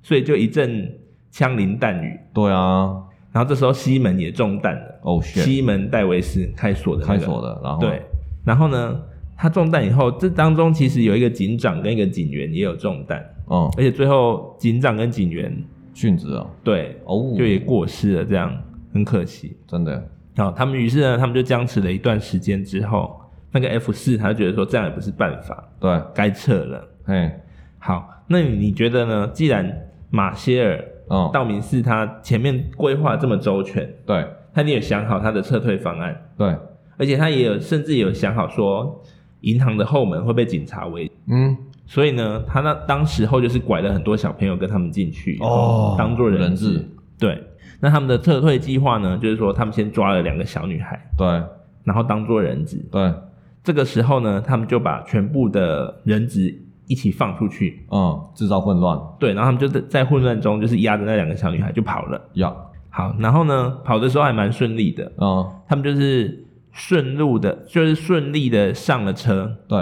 Speaker 1: 所以就一阵枪林弹雨。
Speaker 2: 对啊，
Speaker 1: 然后这时候西门也中弹了，
Speaker 2: 哦 shit，
Speaker 1: 西门戴维斯开锁的、那
Speaker 2: 开
Speaker 1: 个、
Speaker 2: 锁哦的，然后
Speaker 1: 对，然后呢，他中弹以后，这当中其实有一个警长跟一个警员也有中弹，
Speaker 2: 嗯，
Speaker 1: 而且最后警长跟警员
Speaker 2: 殉职啊，
Speaker 1: 对
Speaker 2: 哦，
Speaker 1: 就也过世了，这样很可惜。
Speaker 2: 真的，
Speaker 1: 好，他们于是呢，他们就僵持了一段时间之后，那个 F 四他觉得说这样也不是办法，
Speaker 2: 对，
Speaker 1: 该撤了。
Speaker 2: 嘿，
Speaker 1: 好，那你你觉得呢？既然马歇尔
Speaker 2: 嗯，
Speaker 1: 道明寺他前面规划这么周全，
Speaker 2: 对
Speaker 1: 他也有想好他的撤退方案，
Speaker 2: 对，
Speaker 1: 而且他也有甚至有想好说，银行的后门会被警察围，
Speaker 2: 嗯，
Speaker 1: 所以呢，他那当时候就是拐了很多小朋友跟他们进去，当做人
Speaker 2: 哦人
Speaker 1: 质。
Speaker 2: 质，
Speaker 1: 对，那他们的撤退计划呢，就是说他们先抓了两个小女孩，
Speaker 2: 对
Speaker 1: 然后当做人质。
Speaker 2: 对，
Speaker 1: 这个时候呢，他们就把全部的人质一起放出去，
Speaker 2: 嗯，制造混乱
Speaker 1: 对，然后他们就在在混乱中就是压着那两个小女孩就跑了。
Speaker 2: 呀，
Speaker 1: 好，然后呢，跑的时候还蛮顺利的，
Speaker 2: 嗯，
Speaker 1: 他们就是顺路的，就是顺利的上了车，
Speaker 2: 对，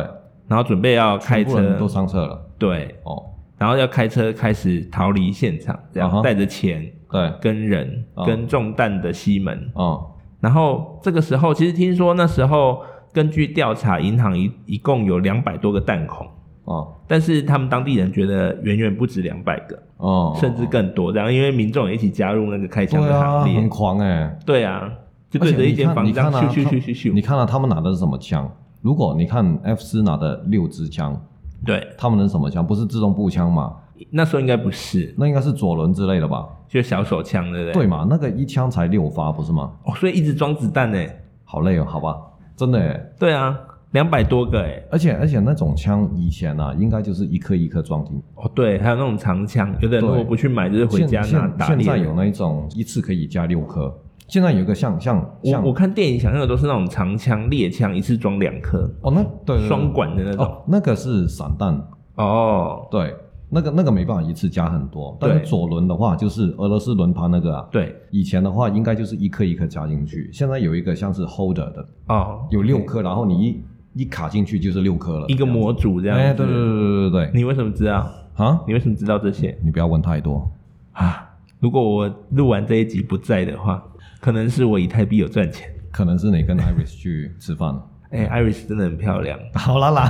Speaker 1: 然后准备要开
Speaker 2: 全部人都
Speaker 1: 车，
Speaker 2: 上车了，
Speaker 1: 对，
Speaker 2: 哦，
Speaker 1: 然后要开车开始逃离现场，这
Speaker 2: 啊哈
Speaker 1: 样带着钱
Speaker 2: 对，
Speaker 1: 跟人
Speaker 2: 哦
Speaker 1: 跟中弹的西门。
Speaker 2: 嗯，
Speaker 1: 然后这个时候，其实听说那时候根据调查，银行一一共有两百多个弹孔，
Speaker 2: 哦，
Speaker 1: 但是他们当地人觉得远远不止两百个，
Speaker 2: 哦，
Speaker 1: 甚至更多这样，因为民众也一起加入那个开枪
Speaker 2: 对
Speaker 1: 的
Speaker 2: 啊，
Speaker 1: 行
Speaker 2: 很
Speaker 1: 列。
Speaker 2: 狂哎，
Speaker 1: 对啊，就对着一间
Speaker 2: 而且
Speaker 1: 房
Speaker 2: 你
Speaker 1: 子这样
Speaker 2: 看
Speaker 1: 咻咻
Speaker 2: 你看啊
Speaker 1: 咻咻
Speaker 2: 你
Speaker 1: 咻，
Speaker 2: 看到他们拿的是什么枪？如果你看 F 四拿的六支枪，
Speaker 1: 对，
Speaker 2: 他们的是什么枪？不是自动步枪嘛？
Speaker 1: 那时候应该不是，
Speaker 2: 那应该是左轮之类的吧？
Speaker 1: 就小手枪，对不对？
Speaker 2: 对嘛？那个一枪才六发，不是吗？
Speaker 1: 哦，所以一直装子弹呢。欸
Speaker 2: 好累哦，好吧，真的耶。
Speaker 1: 对啊，两百多个哎。
Speaker 2: 而且而且那种枪以前啊，应该就是一颗一颗装进。
Speaker 1: 哦，对，还有那种长枪，有的人如果
Speaker 2: 对
Speaker 1: 不去买，就是回
Speaker 2: 现
Speaker 1: 家拿
Speaker 2: 现
Speaker 1: 打
Speaker 2: 现在有
Speaker 1: 猎。
Speaker 2: 那一种一次可以加六颗，现在有一个像像
Speaker 1: 我
Speaker 2: 像
Speaker 1: 我看电影想象的都是那种长枪、猎枪，一次装两颗，
Speaker 2: 哦那对对对
Speaker 1: 双管的那种。
Speaker 2: 哦那个是散弹，
Speaker 1: 哦，
Speaker 2: 对，那个那个没办法一次加很多，但是
Speaker 1: 对
Speaker 2: 左轮的话就是俄罗斯轮盘那个啊，
Speaker 1: 对，
Speaker 2: 以前的话应该就是一颗一颗加进去，现在有一个像是 holder 的，
Speaker 1: 哦，
Speaker 2: 有六颗，然后你一一卡进去就是六颗了，
Speaker 1: 一个
Speaker 2: 这样
Speaker 1: 模组这
Speaker 2: 子。
Speaker 1: 样子。
Speaker 2: 哎，对对对对对对，
Speaker 1: 你为什么知道？
Speaker 2: 啊，
Speaker 1: 你为什么知道这些
Speaker 2: 你不要问太多，
Speaker 1: 啊？如果我录完这一集不在的话，可能是我以太币有赚钱。
Speaker 2: 可能是你跟 Iris 去吃饭
Speaker 1: [laughs]
Speaker 2: 了。
Speaker 1: 哎、艾 i r i s 真的很漂亮。
Speaker 2: 好啦啦，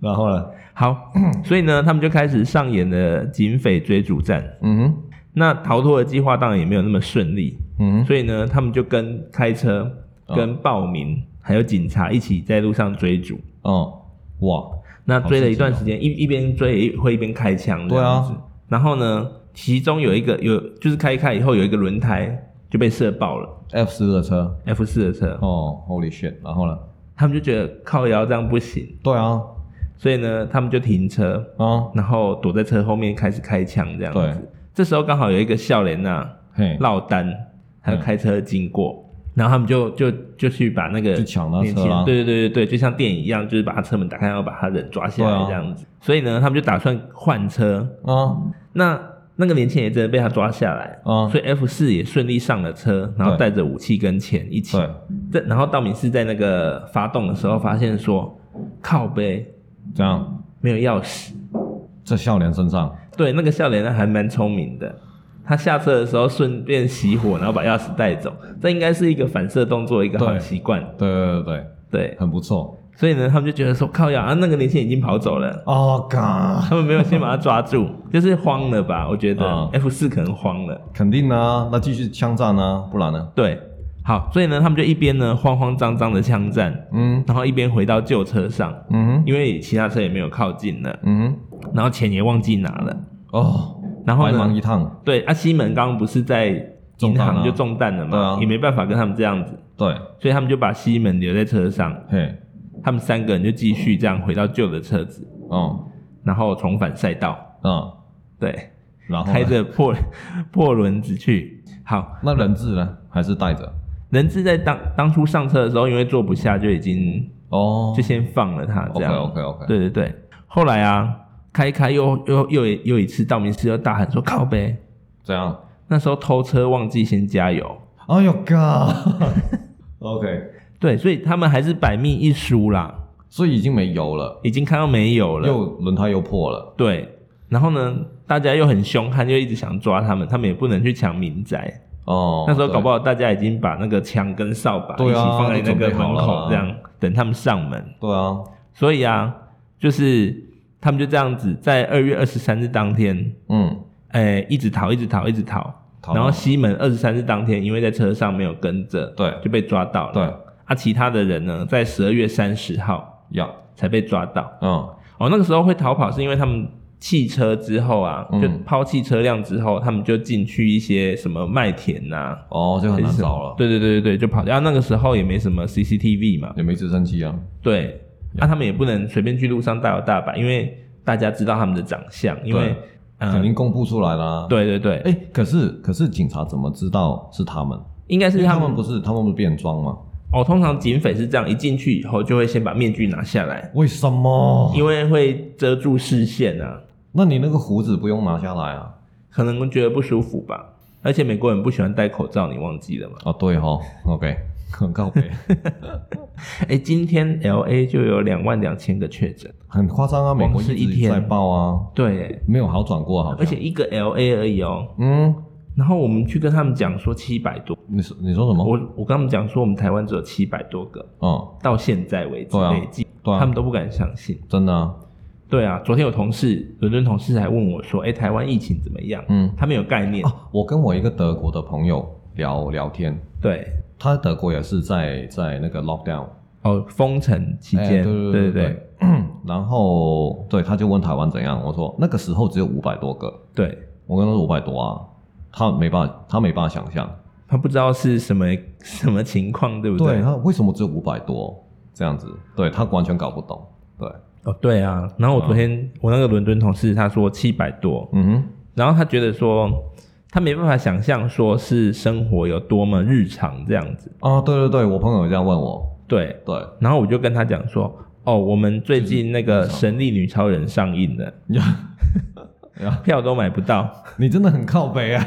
Speaker 2: 然后呢？ [clears throat]
Speaker 1: 好，所以呢，他们就开始上演了警匪追逐战。
Speaker 2: [laughs] 嗯哼，
Speaker 1: 那逃脱的计划当然也没有那么顺利，
Speaker 2: 嗯哼，
Speaker 1: 所以呢，他们就跟开车、
Speaker 2: 哦
Speaker 1: 跟暴民、还有警察一起在路上追逐。
Speaker 2: 哦，哇，
Speaker 1: 那追了一段时间，一一边追也会一边开枪，
Speaker 2: 哦对啊。
Speaker 1: 然后呢，其中有一个有就是开一开以后有一个轮胎就被射爆了
Speaker 2: ，F 四的车，
Speaker 1: ，F 四的车，
Speaker 2: 哦，Holy shit，然后呢？
Speaker 1: 他们就觉得靠腰这样不行，
Speaker 2: 对啊，
Speaker 1: 所以呢，他们就停车，
Speaker 2: 啊，
Speaker 1: 然后躲在车后面开始开枪这样
Speaker 2: 对
Speaker 1: 子。这时候刚好有一个笑脸呐
Speaker 2: 嘿，
Speaker 1: 落单，他就开车经过，然后他们就就就去把那个
Speaker 2: 就抢他
Speaker 1: 年轻
Speaker 2: 车啊啦
Speaker 1: 人，对对对对对，就像电影一样，就是把他车门打开，然后把他人抓下
Speaker 2: 对啊
Speaker 1: 来这样子。所以呢，他们就打算换车。
Speaker 2: 啊
Speaker 1: 那那个年轻人也真的被他抓下来，
Speaker 2: 啊，
Speaker 1: 所以 F 四也顺利上了车，然后
Speaker 2: 对
Speaker 1: 带着武器跟钱一起。
Speaker 2: 对，
Speaker 1: 这然后道明寺在那个发动的时候，发现说靠背
Speaker 2: 这样
Speaker 1: 没有钥匙。
Speaker 2: 在笑脸身上，
Speaker 1: 对，那个笑脸呢还蛮聪明的，他下车的时候顺便熄火，然后把钥匙带走。这应该是一个反射动作，一个好
Speaker 2: 对
Speaker 1: 习惯。
Speaker 2: 对对对
Speaker 1: 对
Speaker 2: 对，，很不错。
Speaker 1: 所以呢，他们就觉得说靠呀，啊，那个年轻人已经跑走了。
Speaker 2: 哦，嘎，
Speaker 1: 他们没有先把他抓住，就是慌了吧？我觉得
Speaker 2: 嗯
Speaker 1: F 四可能慌了。
Speaker 2: 肯定啊，那继续枪战啊，不然呢？
Speaker 1: 对，好，所以呢，他们就一边呢慌慌张张的枪战，
Speaker 2: 嗯
Speaker 1: 然后一边回到旧车上，
Speaker 2: 嗯哼
Speaker 1: 因为其他车也没有靠近了，
Speaker 2: 嗯
Speaker 1: 然后钱也忘记拿了，
Speaker 2: 哼，哦，
Speaker 1: 然后
Speaker 2: 白忙
Speaker 1: 呢
Speaker 2: 一，趟，
Speaker 1: 对，啊，西门刚刚不是在银
Speaker 2: 中弹
Speaker 1: 行
Speaker 2: 啊
Speaker 1: 就中弹了嘛，
Speaker 2: 对啊
Speaker 1: 也没办法跟他们这样子，
Speaker 2: 对，
Speaker 1: 所以他们就把西门留在车上，
Speaker 2: 嘿，
Speaker 1: 他们三个人就继续这样回到旧的车子，
Speaker 2: 哦，
Speaker 1: 然后重返赛道，
Speaker 2: 嗯，
Speaker 1: 对，
Speaker 2: 然后呢
Speaker 1: 开着破破轮子去。好，
Speaker 2: 那人质呢？还是带着？
Speaker 1: 人质在当当初上车的时候，因为坐不下，就已经
Speaker 2: 哦
Speaker 1: 就先放了他这
Speaker 2: ，OK
Speaker 1: 样。
Speaker 2: OK OK，，
Speaker 1: 对对对，后来啊，开一开又又又又一次，道明寺又大喊说靠呗，
Speaker 2: 这样，
Speaker 1: 那时候偷车忘记先加油。
Speaker 2: 哎呦嘎 [laughs] ，OK，
Speaker 1: 对，所以他们还是百命一疏啦，
Speaker 2: 所以已经没油了，
Speaker 1: 已经看到没有了。
Speaker 2: 又轮胎又破了，
Speaker 1: 对，然后呢，大家又很凶悍，又一直想抓他们，他们也不能去抢民宅。
Speaker 2: 哦，
Speaker 1: 那时候搞不
Speaker 2: 好，
Speaker 1: 好大家已经把那个枪跟扫把
Speaker 2: 对
Speaker 1: 一起
Speaker 2: 啊
Speaker 1: 放在那
Speaker 2: 都
Speaker 1: 个
Speaker 2: 准备
Speaker 1: 门
Speaker 2: 好了
Speaker 1: 口，
Speaker 2: 啊
Speaker 1: 这样等他们上门。
Speaker 2: 对啊，
Speaker 1: 所以啊，就是他们就这样子，在二月二十三日当天，
Speaker 2: 嗯，
Speaker 1: 哎，一直逃，一直逃，一直逃。
Speaker 2: 逃
Speaker 1: 然后
Speaker 2: 了
Speaker 1: 西门二十三日当天，因为在车上没有跟着，
Speaker 2: 对
Speaker 1: 就被抓到了。
Speaker 2: 对，
Speaker 1: 啊，其他的人呢，在十二月三十号
Speaker 2: 要，
Speaker 1: 才被抓到。
Speaker 2: 嗯，
Speaker 1: 哦，那个时候会逃跑，是因为他们弃车之后啊，
Speaker 2: 嗯
Speaker 1: 就抛弃车辆之后，他们就进去一些什么麦田呐、啊，
Speaker 2: 哦，就很
Speaker 1: 还
Speaker 2: 难
Speaker 1: 是什么
Speaker 2: 找了，
Speaker 1: 对对对对对，就跑掉。啊那个时候也没什么 CCTV 嘛，
Speaker 2: 也没直升机啊，
Speaker 1: 对，那、啊、他们也不能随便去路上大摇大摆，因为大家知道他们的长相，因为
Speaker 2: 对
Speaker 1: 嗯、
Speaker 2: 肯定公布出来啦。，
Speaker 1: 对对对，
Speaker 2: 哎，可是可是警察怎么知道是他们？
Speaker 1: 应该是
Speaker 2: 因为
Speaker 1: 他
Speaker 2: 他
Speaker 1: 们
Speaker 2: 们不是他们不是变装吗？
Speaker 1: 哦，通常警匪是这样，一进去以后就会先把面具拿下来，
Speaker 2: 为什么？
Speaker 1: 因为会遮住视线啊，
Speaker 2: 那你那个胡子不用拿下来啊？
Speaker 1: 可能觉得不舒服吧。而且美国人不喜欢戴口罩，你忘记了吗？
Speaker 2: 啊，对哈，OK，很
Speaker 1: [laughs]
Speaker 2: 告别，
Speaker 1: 哎、今天 L A 就有两万两千个确诊，
Speaker 2: 很夸张啊！美国
Speaker 1: 光是一
Speaker 2: 一直
Speaker 1: 天
Speaker 2: 在报啊，
Speaker 1: 对耶，
Speaker 2: 没有好转过，啊好像。
Speaker 1: 而且，一个 L A 而已哦。
Speaker 2: 嗯，
Speaker 1: 然后我们去跟他们讲说七百多，
Speaker 2: 你说你说什么？
Speaker 1: 我我跟他们讲说我们台湾只有七百多个，
Speaker 2: 嗯，
Speaker 1: 到现在为止
Speaker 2: 对啊
Speaker 1: 累计，
Speaker 2: 对啊
Speaker 1: 他们都不敢相信。
Speaker 2: 真的啊，
Speaker 1: 对啊，昨天有同事，伦敦同事还问我说：“哎、台湾疫情怎么样？”
Speaker 2: 嗯
Speaker 1: 他们有概念。
Speaker 2: 啊，我跟我一个德国的朋友聊聊天，
Speaker 1: 对，
Speaker 2: 他德国也是在在那个 lockdown
Speaker 1: 哦，封城期
Speaker 2: 哎
Speaker 1: 间，
Speaker 2: 对
Speaker 1: 对
Speaker 2: 对对。 [clears throat] 然后对他就问台湾怎样，我说那个时候只有五百多个，
Speaker 1: 对对
Speaker 2: 我跟他说五百多啊，他没办法，他没办法想象，
Speaker 1: 他不知道是什么 [laughs] 什么情况，对不对？
Speaker 2: 他为什么只有五百多这样子？对他完全搞不懂，对，
Speaker 1: 哦，对啊。然后我昨天、我那个伦敦同事他说七百多，
Speaker 2: 嗯哼，
Speaker 1: 然后他觉得说他没办法想象说是生活有多么日常这样子。
Speaker 2: 啊，对对对，我朋友这样问我，
Speaker 1: 对，
Speaker 2: 对， [laughs]
Speaker 1: 然后我就跟他讲说，哦，我们最近那个《神力女超人》上映了，
Speaker 2: 呀呀，
Speaker 1: 票都买不到。 [laughs]
Speaker 2: 你真的很靠北啊，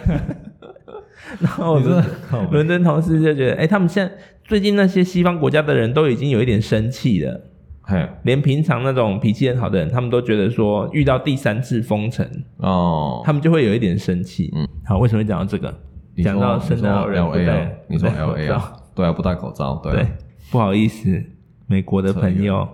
Speaker 1: 然后我
Speaker 2: 你真
Speaker 1: 们
Speaker 2: 的很靠北，
Speaker 1: 伦敦同事就觉得，哎、他们现在最近那些西方国家的人都已经有一点生气了。
Speaker 2: 嘿，
Speaker 1: 连平常那种脾气很好的人，他们都觉得说遇到第三次封城，
Speaker 2: 哦，
Speaker 1: 他们就会有一点生气。嗯
Speaker 2: 嗯，
Speaker 1: 好，为什么会讲到这个？
Speaker 2: 你说
Speaker 1: 讲到
Speaker 2: 你
Speaker 1: 圣诞
Speaker 2: 说
Speaker 1: 老人
Speaker 2: L
Speaker 1: 不
Speaker 2: A 啊
Speaker 1: 戴，
Speaker 2: 你说
Speaker 1: 不戴
Speaker 2: L
Speaker 1: 口
Speaker 2: A
Speaker 1: 罩
Speaker 2: 啊，对啊，不戴口罩，对啊
Speaker 1: 对，不好意思，美国的朋友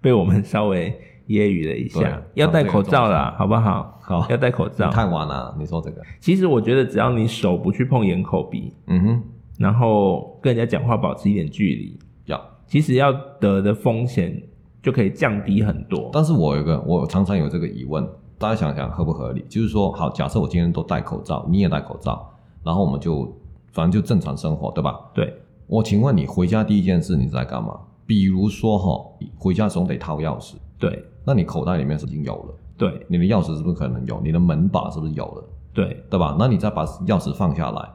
Speaker 1: 被我们稍微揶揄了一
Speaker 2: 对
Speaker 1: 下
Speaker 2: 啊，
Speaker 1: 要戴
Speaker 2: 这个
Speaker 1: 口罩
Speaker 2: 重
Speaker 1: 啦，好不好？
Speaker 2: 好
Speaker 1: 要戴口罩
Speaker 2: 你。太晚了，你说这个，
Speaker 1: 其实我觉得，只要你手不去碰眼、口、鼻，
Speaker 2: 嗯哼，
Speaker 1: 然后跟人家讲话保持一点距离，
Speaker 2: 要，
Speaker 1: 其实要得的风险就可以降低很多。
Speaker 2: 但是我有一个，我常常有这个疑问，大家想想合不合理？就是说，好，假设我今天都戴口罩，你也戴口罩，然后我们就反正就正常生活，对吧？
Speaker 1: 对，
Speaker 2: 我请问你回家第一件事你在干嘛？比如说哈，回家总得掏钥匙，
Speaker 1: 对
Speaker 2: 那你口袋里面是已经有了，
Speaker 1: 对
Speaker 2: 你的钥匙是不是可能有？你的门把是不是有了？
Speaker 1: 对
Speaker 2: 对吧？那你再把钥匙放下来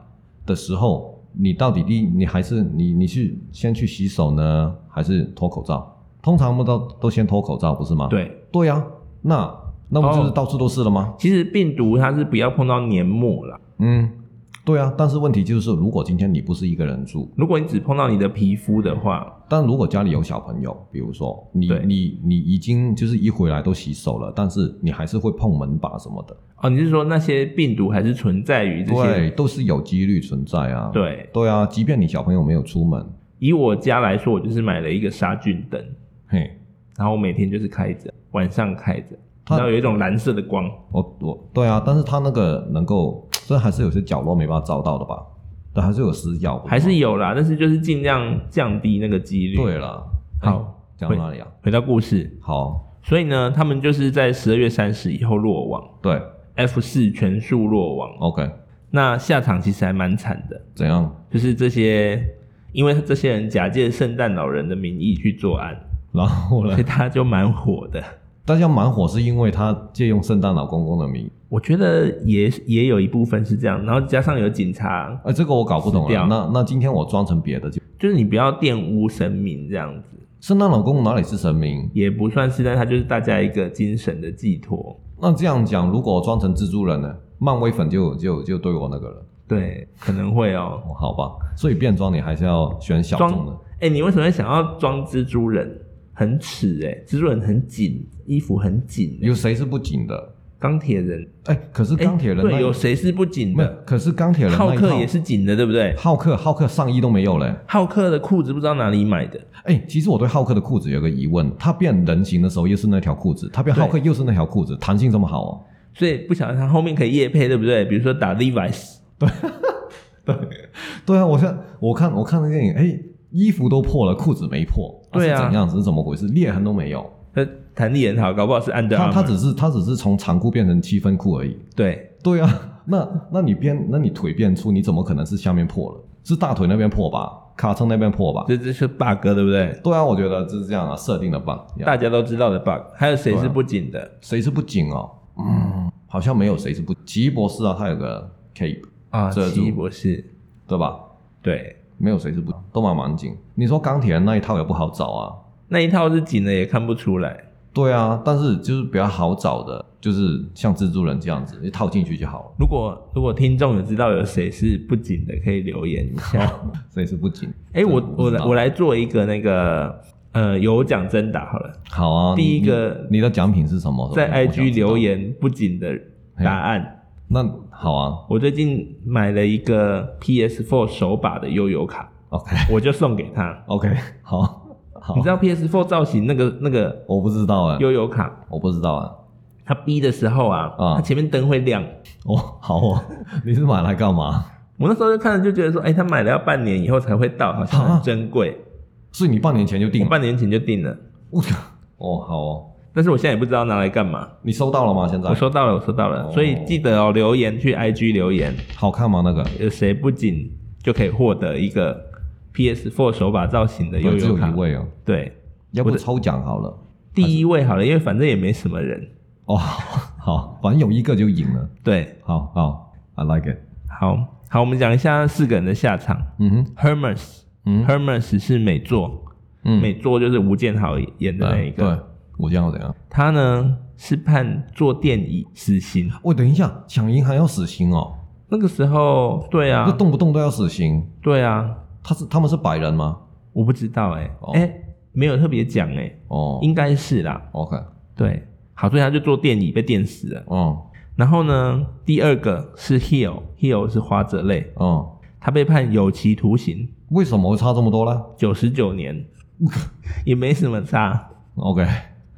Speaker 2: 的时候，你到底第一，你还是你你是先去洗手呢，还是脱口罩？通常我们都都先脱口罩，不是吗？
Speaker 1: 对。
Speaker 2: 对呀、那那不就是
Speaker 1: 哦
Speaker 2: 到处都是了吗？
Speaker 1: 其实病毒它是不要碰到黏膜啦，
Speaker 2: 嗯，对啊。但是问题就是，如果今天你不是一个人住，
Speaker 1: 如果你只碰到你的皮肤的话，
Speaker 2: 但如果家里有小朋友，比如说你
Speaker 1: 对
Speaker 2: 你你已经就是一回来都洗手了，但是你还是会碰门把什么的，
Speaker 1: 哦，你是说那些病毒还是存在于这些？
Speaker 2: 对，都是有几率存在啊。
Speaker 1: 对，
Speaker 2: 对啊，即便你小朋友没有出门，
Speaker 1: 以我家来说，我就是买了一个杀菌灯，
Speaker 2: 嘿，
Speaker 1: 然后我每天就是开着，晚上开着，
Speaker 2: 它
Speaker 1: 然后有一种蓝色的光。
Speaker 2: 我我对啊，但是他那个能够，这还是有些角落没办法照到的吧？但还是有死角，
Speaker 1: 还是有啦，但是就是尽量降低那个几率。，
Speaker 2: 对了。
Speaker 1: 好
Speaker 2: 哎，讲到哪里啊？
Speaker 1: 回到故事，
Speaker 2: 好，
Speaker 1: 所以呢，他们就是在十二月三十以后落网
Speaker 2: 对
Speaker 1: ，F 四全数落网。
Speaker 2: ，OK，
Speaker 1: 那下场其实还蛮惨的，
Speaker 2: 怎样？
Speaker 1: 就是这些，因为这些人假借圣诞老人的名义去作案，
Speaker 2: 然后呢
Speaker 1: 所以？他就蛮火的。
Speaker 2: 大家蛮火是因为他借用圣诞老公公的名义，
Speaker 1: 我觉得也也有一部分是这样，然后加上有警察，
Speaker 2: 哎，这个我搞不懂
Speaker 1: 死掉
Speaker 2: 了。那那今天我装成别的就，
Speaker 1: 就是你不要玷污神明这样子，
Speaker 2: 圣诞老公公哪里是神明？
Speaker 1: 也不算是，但他就是大家一个精神的寄托。
Speaker 2: 那这样讲，如果我装成蜘蛛人呢？漫威粉就就就对我那个了，
Speaker 1: 对，可能会哦。
Speaker 2: 哦好吧。所以变装你还是要选小众的
Speaker 1: 装，哎、你为什么会想要装蜘蛛人？很耻哎、蜘蛛人很紧，衣服很紧、欸。
Speaker 2: 有谁是不紧的？
Speaker 1: 钢铁人，
Speaker 2: 哎，可是
Speaker 1: 哎
Speaker 2: 钢铁人那
Speaker 1: 对，
Speaker 2: 一
Speaker 1: 有谁是不紧
Speaker 2: 没有
Speaker 1: 的？，
Speaker 2: 可是钢铁人
Speaker 1: 浩
Speaker 2: 那一套
Speaker 1: 克也，是紧的，对不对？
Speaker 2: 浩克浩克上衣都没有嘞。
Speaker 1: 浩克的裤子不知道哪里买的，
Speaker 2: 哎，其实我对浩克的裤子有个疑问，他变人形的时候又是那条裤子，他变浩克又是那条裤子，弹性这么好哦。
Speaker 1: 所以不晓得他后面可以夜配，对不对？比如说打 Levi's，
Speaker 2: 对啊，我现在我看我看那个电影，哎，衣服都破了，裤子没破，
Speaker 1: 对啊
Speaker 2: 是怎样子？是怎么回事？裂痕都没有，
Speaker 1: 呃，弹力很好，搞不好是安德
Speaker 2: 他
Speaker 1: 尔。
Speaker 2: 他只是他只是从长裤变成七分裤而已。
Speaker 1: 对，
Speaker 2: 对啊，那那你变那你腿变粗，你怎么可能是下面破了？是大腿那边破吧？卡层那边破吧？
Speaker 1: 这这是 bug，对不对？
Speaker 2: 对啊，我觉得就是这样啊，设定的吧。
Speaker 1: 大家都知道的 bug。还有谁
Speaker 2: 啊
Speaker 1: 是不紧的
Speaker 2: 谁是不紧哦？嗯，好像没有谁是不。奇异博士啊，他有个 cape，
Speaker 1: 啊？
Speaker 2: 遮
Speaker 1: 奇异
Speaker 2: 住
Speaker 1: 博士，
Speaker 2: 对吧？
Speaker 1: 对，
Speaker 2: 没有谁是不，都蛮蛮紧。你说钢铁人那一套也不好找啊。
Speaker 1: 那一套是紧的也看不出来。
Speaker 2: 对啊，但是就是比较好找的，就是像蜘蛛人这样子，一套进去就好了。 [laughs]
Speaker 1: 如果如果听众有知道有谁是不紧的，可以留言一下。
Speaker 2: 谁哦是不紧？
Speaker 1: 哎、我我
Speaker 2: 知
Speaker 1: 来
Speaker 2: 道
Speaker 1: 我来做一个那个呃有奖征答好了，
Speaker 2: 好啊。
Speaker 1: 第一
Speaker 2: 你
Speaker 1: 个
Speaker 2: 你的奖品是什么？
Speaker 1: 在
Speaker 2: 我想知道
Speaker 1: IG 留。言不紧的答案。
Speaker 2: 那好啊
Speaker 1: 我最近买了一个 PS4 手把的悠游卡，
Speaker 2: ，OK
Speaker 1: 我就送给他。
Speaker 2: OK，好，好
Speaker 1: 你知，道 PS4 造型那个那个
Speaker 2: 我不知道啊，
Speaker 1: 悠游卡，
Speaker 2: 我不知道啊。
Speaker 1: 它逼的时候啊，
Speaker 2: 啊
Speaker 1: 它前面灯会亮。
Speaker 2: 哦，好哦， [laughs] 你是买来干嘛？
Speaker 1: 我那时候就看着就觉得说，哎、他买了要半年以后才会到，好像
Speaker 2: 啊
Speaker 1: 很珍贵。
Speaker 2: 是你半年前就定
Speaker 1: 我
Speaker 2: 了？
Speaker 1: 半年前就定了，
Speaker 2: 哦，好哦。
Speaker 1: 但是我现在也不知道拿来干嘛。
Speaker 2: 你收到了吗？现在
Speaker 1: 我收到了，我收到了，
Speaker 2: 哦
Speaker 1: 所以记得哦，留言去 IG 留言，
Speaker 2: 好看吗？那个
Speaker 1: 有谁不仅就可以获得一个 PS4 手把造型的悠
Speaker 2: 对只
Speaker 1: 游
Speaker 2: 有
Speaker 1: 卡
Speaker 2: 一。位哦，
Speaker 1: 对，
Speaker 2: 要不
Speaker 1: 我的
Speaker 2: 抽奖好了。
Speaker 1: 第一位好了，因为反正也没什么人。
Speaker 2: 哦，好，反正有一个就赢了。
Speaker 1: 对，
Speaker 2: 好好，I like it。
Speaker 1: 好好，我们讲一下四个人的下场。
Speaker 2: 嗯哼，
Speaker 1: Hermes，Hermes、
Speaker 2: 嗯
Speaker 1: Hermes 是美作，
Speaker 2: 嗯，
Speaker 1: 美作就是吴建豪演的那一个。
Speaker 2: 对，我这样怎样？
Speaker 1: 他呢是判坐电椅死刑。
Speaker 2: 我等一下，抢银行要死刑哦，
Speaker 1: 那个时候，对
Speaker 2: 这
Speaker 1: 啊，
Speaker 2: 动不动都要死刑。
Speaker 1: 对啊，
Speaker 2: 他是他们是白人吗？
Speaker 1: 我不知道哎、欸，哎、
Speaker 2: 哦
Speaker 1: 没有特别讲哎、
Speaker 2: 哦
Speaker 1: 应该是啦。
Speaker 2: ，OK，
Speaker 1: 对，好，所以他就坐电椅被电死了。
Speaker 2: 哦
Speaker 1: 然后呢，第二个是 Hill，Hill 是花泽类，
Speaker 2: 哦，
Speaker 1: 他被判有期徒刑
Speaker 2: 为什么会差这么多呢
Speaker 1: 九十九年，也没什么差。
Speaker 2: ？OK，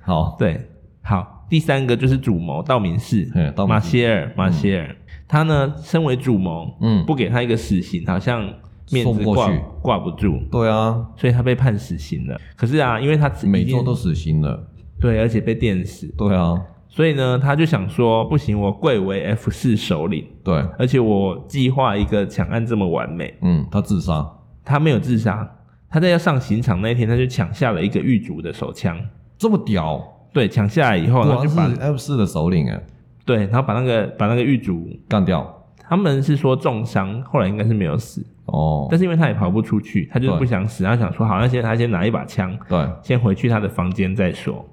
Speaker 2: 好，
Speaker 1: 对，好，第三个就是主谋道明寺
Speaker 2: 嘿道明寺
Speaker 1: 马歇尔，马歇尔，他呢身为主谋，
Speaker 2: 嗯
Speaker 1: 不给他一个死刑，好像面
Speaker 2: 送
Speaker 1: 子
Speaker 2: 不过
Speaker 1: 挂
Speaker 2: 去
Speaker 1: 挂不住，
Speaker 2: 对啊，
Speaker 1: 所以他被判死刑了。可是啊，因为他已经
Speaker 2: 每周都死刑了，
Speaker 1: 对，而且被电死，
Speaker 2: 对啊，
Speaker 1: 所以呢，他就想说，不行，我贵为 F 四首领，
Speaker 2: 对，
Speaker 1: 而且我计划一个抢案这么完美，
Speaker 2: 嗯，他自杀，
Speaker 1: 他没有自杀，他在要上刑场那一天，他就抢下了一个狱卒的手枪。
Speaker 2: 这么屌，
Speaker 1: 对抢下来以后，然后
Speaker 2: 果然
Speaker 1: 就是把
Speaker 2: F 四的首领哎，
Speaker 1: 对，然后把那个把那个狱卒，
Speaker 2: 干掉
Speaker 1: 他们是说重伤，后来应该是没有死，
Speaker 2: 哦，
Speaker 1: 但是因为他也跑不出去，他就是
Speaker 2: 对
Speaker 1: 不想死，他想说好，那先他先拿一把枪，
Speaker 2: 对，
Speaker 1: 先回去他的房间再说。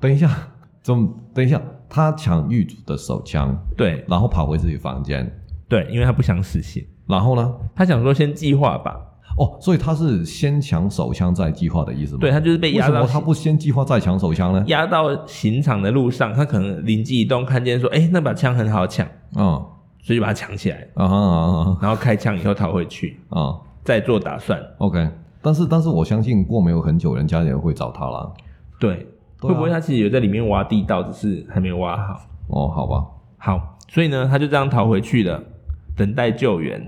Speaker 2: 等一下，怎么？等一下，他抢狱卒的手枪，
Speaker 1: 对
Speaker 2: 然后跑回自己房间，
Speaker 1: 对，因为他不想死刑，
Speaker 2: 然后呢？
Speaker 1: 他想说先计划吧，
Speaker 2: 哦，所以他是先抢手枪再计划的意思吗？
Speaker 1: 对他就是被
Speaker 2: 为
Speaker 1: 压
Speaker 2: 什
Speaker 1: 到
Speaker 2: 么他不先计划再抢手枪呢？
Speaker 1: 压到刑场的路上，他可能灵机一动，看见说，哎、那把枪很好抢，
Speaker 2: 嗯
Speaker 1: 所以就把它抢起来，
Speaker 2: 啊哈啊哈
Speaker 1: 然后开枪以后逃回
Speaker 2: [laughs]
Speaker 1: 去，
Speaker 2: 啊
Speaker 1: 再做打算。
Speaker 2: ，OK。但是但是我相信过没有很久，人家也会找他啦。
Speaker 1: 对，
Speaker 2: 对啊
Speaker 1: 会不会他其实有在里面挖地道，只是还没挖好？
Speaker 2: 哦，好吧，
Speaker 1: 好，所以呢，他就这样逃回去了，等待救援。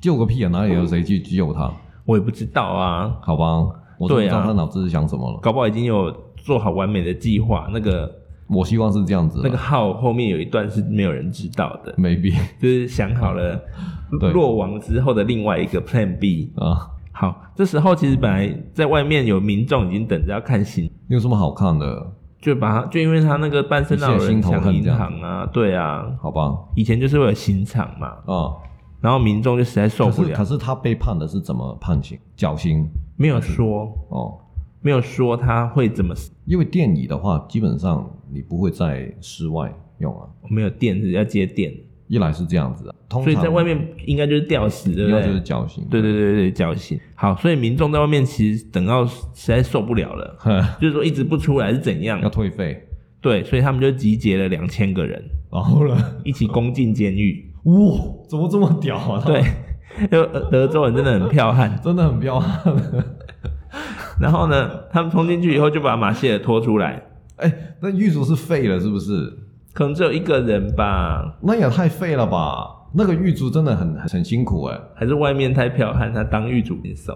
Speaker 2: 救个屁啊！哪里有谁去救他？
Speaker 1: 我也不知道啊，
Speaker 2: 好吧，我都不
Speaker 1: 对
Speaker 2: 知
Speaker 1: 啊
Speaker 2: 道他脑子是想什么了。
Speaker 1: 搞不好已经有做好完美的计划。那个
Speaker 2: 我希望是这样子啦，
Speaker 1: 那个号后面有一段是没有人知道的，
Speaker 2: maybe
Speaker 1: 就是想好了
Speaker 2: 对
Speaker 1: 落网之后的另外一个 Plan B。
Speaker 2: 啊，
Speaker 1: 好，这时候其实本来在外面有民众已经等着要看新，
Speaker 2: 有什么好看的？
Speaker 1: 就把他就因为他那个半身老
Speaker 2: 一泻心
Speaker 1: 人
Speaker 2: 头
Speaker 1: 抢
Speaker 2: 恨
Speaker 1: 银
Speaker 2: 这样
Speaker 1: 行啊，对啊，
Speaker 2: 好吧，
Speaker 1: 以前就是会有刑场嘛，
Speaker 2: 啊，
Speaker 1: 然后民众就实在受
Speaker 2: 可
Speaker 1: 不
Speaker 2: 是可
Speaker 1: 了，
Speaker 2: 是他被判的是怎么判刑？绞刑
Speaker 1: 没有说
Speaker 2: 哦，
Speaker 1: 没有说他会怎么死，
Speaker 2: 因为电椅的话，基本上你不会在室外用啊。
Speaker 1: 没有电是要接电，
Speaker 2: 一来是这样子啊，通
Speaker 1: 所
Speaker 2: 常
Speaker 1: 以在外面应该就是吊死，对
Speaker 2: 一
Speaker 1: 不
Speaker 2: 来就是
Speaker 1: 对？
Speaker 2: 绞刑，
Speaker 1: 对对对对，绞刑。好，所以民众在外面其实等到实在受不了了，就是说一直不出来是怎样
Speaker 2: [laughs] 要？退费，
Speaker 1: 对，所以他们就集结了两千个人
Speaker 2: 然后呢，
Speaker 1: 一起攻进监狱。
Speaker 2: 哇，怎么这么屌啊？他们
Speaker 1: 对， [laughs] 就呃德州人真的很彪悍。
Speaker 2: 真的很彪悍。
Speaker 1: 然后呢，他们冲进去以后就把马歇尔拖出来，
Speaker 2: 哎，那狱卒是废了是不是？
Speaker 1: 可能只有一个人吧，
Speaker 2: 那也太废了吧！那个狱卒真的很很很辛苦哎、
Speaker 1: 还是外面太彪悍，他当狱主很怂。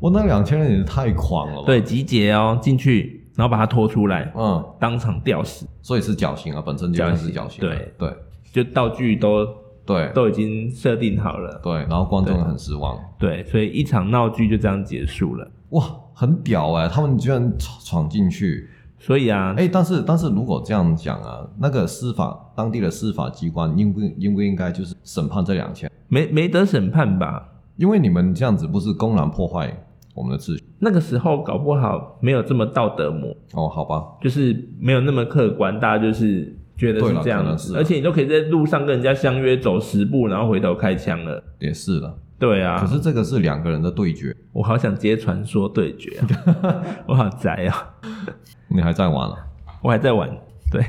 Speaker 2: 我那两千人也太狂了吧？，
Speaker 1: 对，集结哦进去，然后把他拖出来，
Speaker 2: 嗯，
Speaker 1: 当场吊死，
Speaker 2: 所以是绞刑啊，本身就应该是绞刑啊。
Speaker 1: 绞刑
Speaker 2: 对
Speaker 1: 就道具都
Speaker 2: 对
Speaker 1: 都已经设定好了。
Speaker 2: 对，然后观众很失望。
Speaker 1: 对，所以一场闹剧就这样结束了。
Speaker 2: 哇，很屌哎、他们居然闯闯进去。
Speaker 1: 所以啊，
Speaker 2: 哎，但是但是如果这样讲啊，那个司法当地的司法机关应不应不应该就是审判这两千？
Speaker 1: 没没得审判吧？
Speaker 2: 因为你们这样子不是公然破坏我们的秩序
Speaker 1: 那个时候搞不好没有这么道德魔，
Speaker 2: 哦？好吧，
Speaker 1: 就是没有那么客观，大家就是觉得
Speaker 2: 对
Speaker 1: 是
Speaker 2: 啦
Speaker 1: 这
Speaker 2: 可
Speaker 1: 样
Speaker 2: 能
Speaker 1: 子，
Speaker 2: 是啊
Speaker 1: 而且你都可以在路上跟人家相约走十步，然后回头开枪了。
Speaker 2: 也是了。
Speaker 1: 对啊，
Speaker 2: 可是这个是两个人的对决，
Speaker 1: 我好想接传说对决、
Speaker 2: [laughs]
Speaker 1: 啊，我好宅啊，
Speaker 2: 你还在玩了、啊
Speaker 1: 我还在玩。对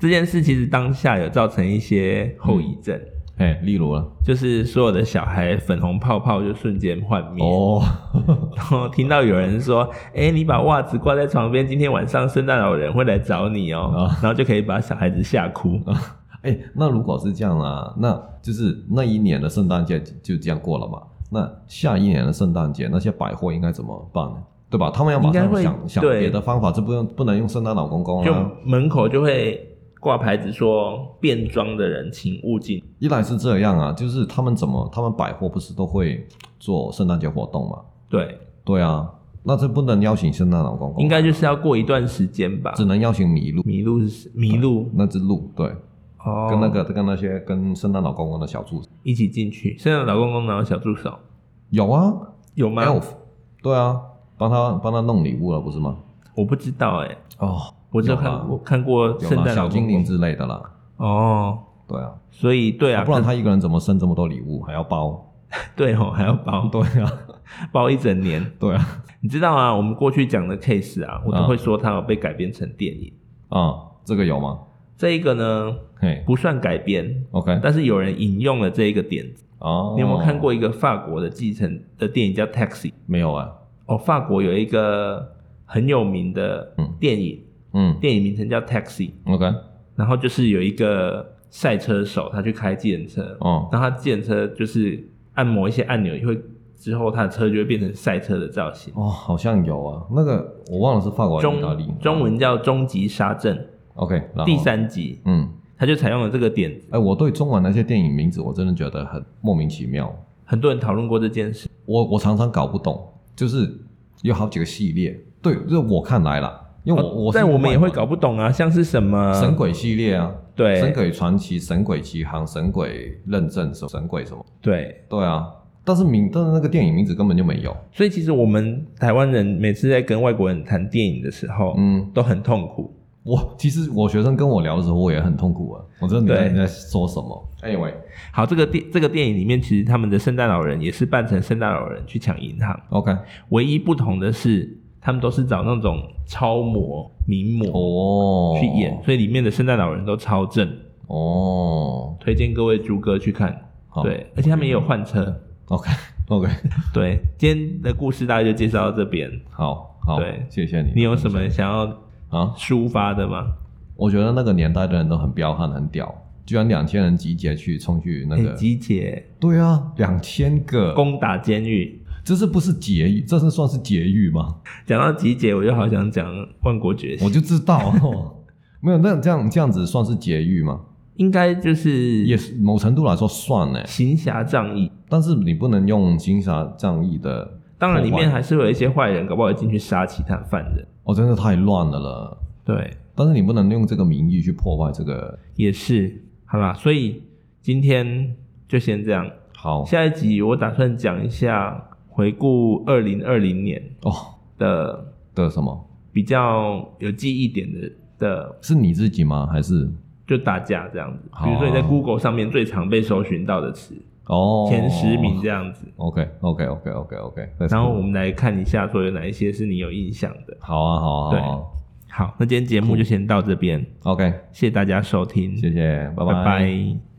Speaker 1: 这件事，其实当下有造成一些后遗症，
Speaker 2: 哎，例如呢？
Speaker 1: 就是所有的小孩粉红泡泡就瞬间幻灭。
Speaker 2: 哦，
Speaker 1: 然后听到有人说：“哎、你把袜子挂在床边，今天晚上圣诞老人会来找你哦、
Speaker 2: 啊
Speaker 1: 然后就可以把小孩子吓哭。
Speaker 2: 哎，那如果是这样啊，那就是那一年的圣诞节就这样过了嘛。那下一年的圣诞节，那些百货应该怎么办呢？对吧？他们要马
Speaker 1: 应该
Speaker 2: 上
Speaker 1: 会
Speaker 2: 想想
Speaker 1: 对
Speaker 2: 别的方法，这不用不能用圣诞老公啊公
Speaker 1: 就
Speaker 2: 了。
Speaker 1: 门口就会挂牌子说：“变装的人请勿进。
Speaker 2: 一来是这样啊，就是他们怎么，他们百货不是都会做圣诞节活动嘛？”
Speaker 1: 对，
Speaker 2: 对啊，那这不能邀请圣诞老公公，
Speaker 1: 应啊该就是要过一段时间吧。
Speaker 2: 只能邀请麋鹿，
Speaker 1: 麋鹿是麋鹿
Speaker 2: 那只鹿，对，
Speaker 1: 哦，
Speaker 2: 跟那个跟那些跟圣诞老公公的小助手
Speaker 1: 一起进去。现在老公公然后小助手
Speaker 2: 有啊
Speaker 1: 有吗？
Speaker 2: ，elf，对啊，帮他帮他弄礼物了，不是吗？
Speaker 1: 我不知道哎、
Speaker 2: 哦，
Speaker 1: 我只有
Speaker 2: 有
Speaker 1: 看
Speaker 2: 啦
Speaker 1: 过看过
Speaker 2: 有
Speaker 1: 圣
Speaker 2: 啦，
Speaker 1: 诞老
Speaker 2: 小
Speaker 1: 公
Speaker 2: 精灵
Speaker 1: 公
Speaker 2: 之类的啦。
Speaker 1: 哦，
Speaker 2: 对啊，
Speaker 1: 所以对啊，
Speaker 2: 不然他一个人怎么剩这么多礼物，还要包？
Speaker 1: 对哦，还要包
Speaker 2: [laughs] 对啊，
Speaker 1: [laughs] 包一整年。
Speaker 2: 对啊，
Speaker 1: 你知道啊，我们过去讲的 case 啊，我都会说它有被改编成电影。
Speaker 2: 啊，这个有吗？
Speaker 1: 这一个呢
Speaker 2: 嘿
Speaker 1: 不算改编，
Speaker 2: ，OK，
Speaker 1: 但是有人引用了这一个点子。
Speaker 2: 哦，
Speaker 1: 你有没有看？过一个法国的继承的电影叫《Taxi》？
Speaker 2: 没有啊，
Speaker 1: 哦，法国有一个很有名的
Speaker 2: 嗯
Speaker 1: 电影，
Speaker 2: 嗯
Speaker 1: 电影名称叫《Taxi》，
Speaker 2: ，OK，
Speaker 1: 然后就是有一个赛车手，他去开计程车，
Speaker 2: 哦，
Speaker 1: 然后他计程车就是按摩一些按钮，会之后他的车就会变成赛车的造型。
Speaker 2: 哦，好像有啊，那个我忘了是法国还是意大利
Speaker 1: 中中文叫《终极杀阵》。
Speaker 2: ，OK，然后
Speaker 1: 第，三集，
Speaker 2: 嗯，
Speaker 1: 他就采用了这个点子，
Speaker 2: 哎，我对中文那些电影名字我真的觉得很莫名其妙，
Speaker 1: 很多人讨论过这件事。
Speaker 2: 我我常常搞不懂，就是有好几个系列，对，就是我看来啦，因为我我是
Speaker 1: 啊哦但我们也会
Speaker 2: 外国
Speaker 1: 搞不懂啊，像是什么
Speaker 2: 神鬼系列啊，
Speaker 1: 对
Speaker 2: 神鬼传奇、神鬼奇航、神鬼认证什么、神鬼什么，
Speaker 1: 对，
Speaker 2: 对啊，但是名但是那个电影名字根本就没有，
Speaker 1: 所以其实我们台湾人每次在跟外国人谈电影的时候，
Speaker 2: 嗯，
Speaker 1: 都很痛苦。
Speaker 2: 我其实我学生跟我聊的时候，我也很痛苦啊，我真的
Speaker 1: 对
Speaker 2: 你在你在说什么？Anyway，OK，、
Speaker 1: 好，这个电这个电影里面，其实他们的圣诞老人也是扮成圣诞老人去抢银行，唯一不同的是，他们都是找那种超模、名模
Speaker 2: 哦，
Speaker 1: 去演，所以里面的圣诞老人都超正，
Speaker 2: 哦
Speaker 1: 推荐各位猪哥去看。
Speaker 2: 好
Speaker 1: 对，而且他们也有换车。
Speaker 2: ，OK OK，
Speaker 1: 对，今天的故事大概就介绍到这边。
Speaker 2: 好好，
Speaker 1: 对
Speaker 2: 谢谢你，
Speaker 1: 你有什么想要
Speaker 2: 啊？
Speaker 1: 抒发的吗？
Speaker 2: 我觉得那个年代的人都很彪悍，很屌，居然两千人集结去冲去那
Speaker 1: 哎
Speaker 2: 个，
Speaker 1: 集结
Speaker 2: 对啊，两千个，
Speaker 1: 攻打监狱。
Speaker 2: 这是不是劫狱？这是算是劫狱吗？
Speaker 1: [laughs] 讲到集结，我就好想讲《万国觉醒
Speaker 2: 我》，就知道、 [laughs] 哦，没有，那这样这样子算是劫狱吗？
Speaker 1: 应该就是
Speaker 2: 也是某程度来说算呢，
Speaker 1: 行侠仗义。
Speaker 2: 但是你不能用行侠仗义的，
Speaker 1: 当然，里面
Speaker 2: 破坏
Speaker 1: 还是会有一些坏人，搞不好也进去杀其他犯人。
Speaker 2: 哦，真的太乱了了。
Speaker 1: 对，
Speaker 2: 但是你不能用这个名义去破坏这个。
Speaker 1: 也是，好啦，所以今天就先这样。
Speaker 2: 好
Speaker 1: 下一集我打算讲一下回顾二零二零年
Speaker 2: 哦
Speaker 1: 的
Speaker 2: 的什么？
Speaker 1: 比较有记忆点的的，
Speaker 2: 是你自己吗？还是
Speaker 1: 就打架这样子。
Speaker 2: 好啊
Speaker 1: 比如说你在 Google 上面最常被搜寻到的词，
Speaker 2: 哦
Speaker 1: 前十名这样子。
Speaker 2: ？OK OK OK OK OK。
Speaker 1: 然后我们来看一下，说有哪一些是你有印象的。
Speaker 2: 好啊好啊好啊
Speaker 1: 好，那今天节目就先到这边，
Speaker 2: ，OK，
Speaker 1: 谢谢大家收听，
Speaker 2: 谢谢，拜
Speaker 1: 拜拜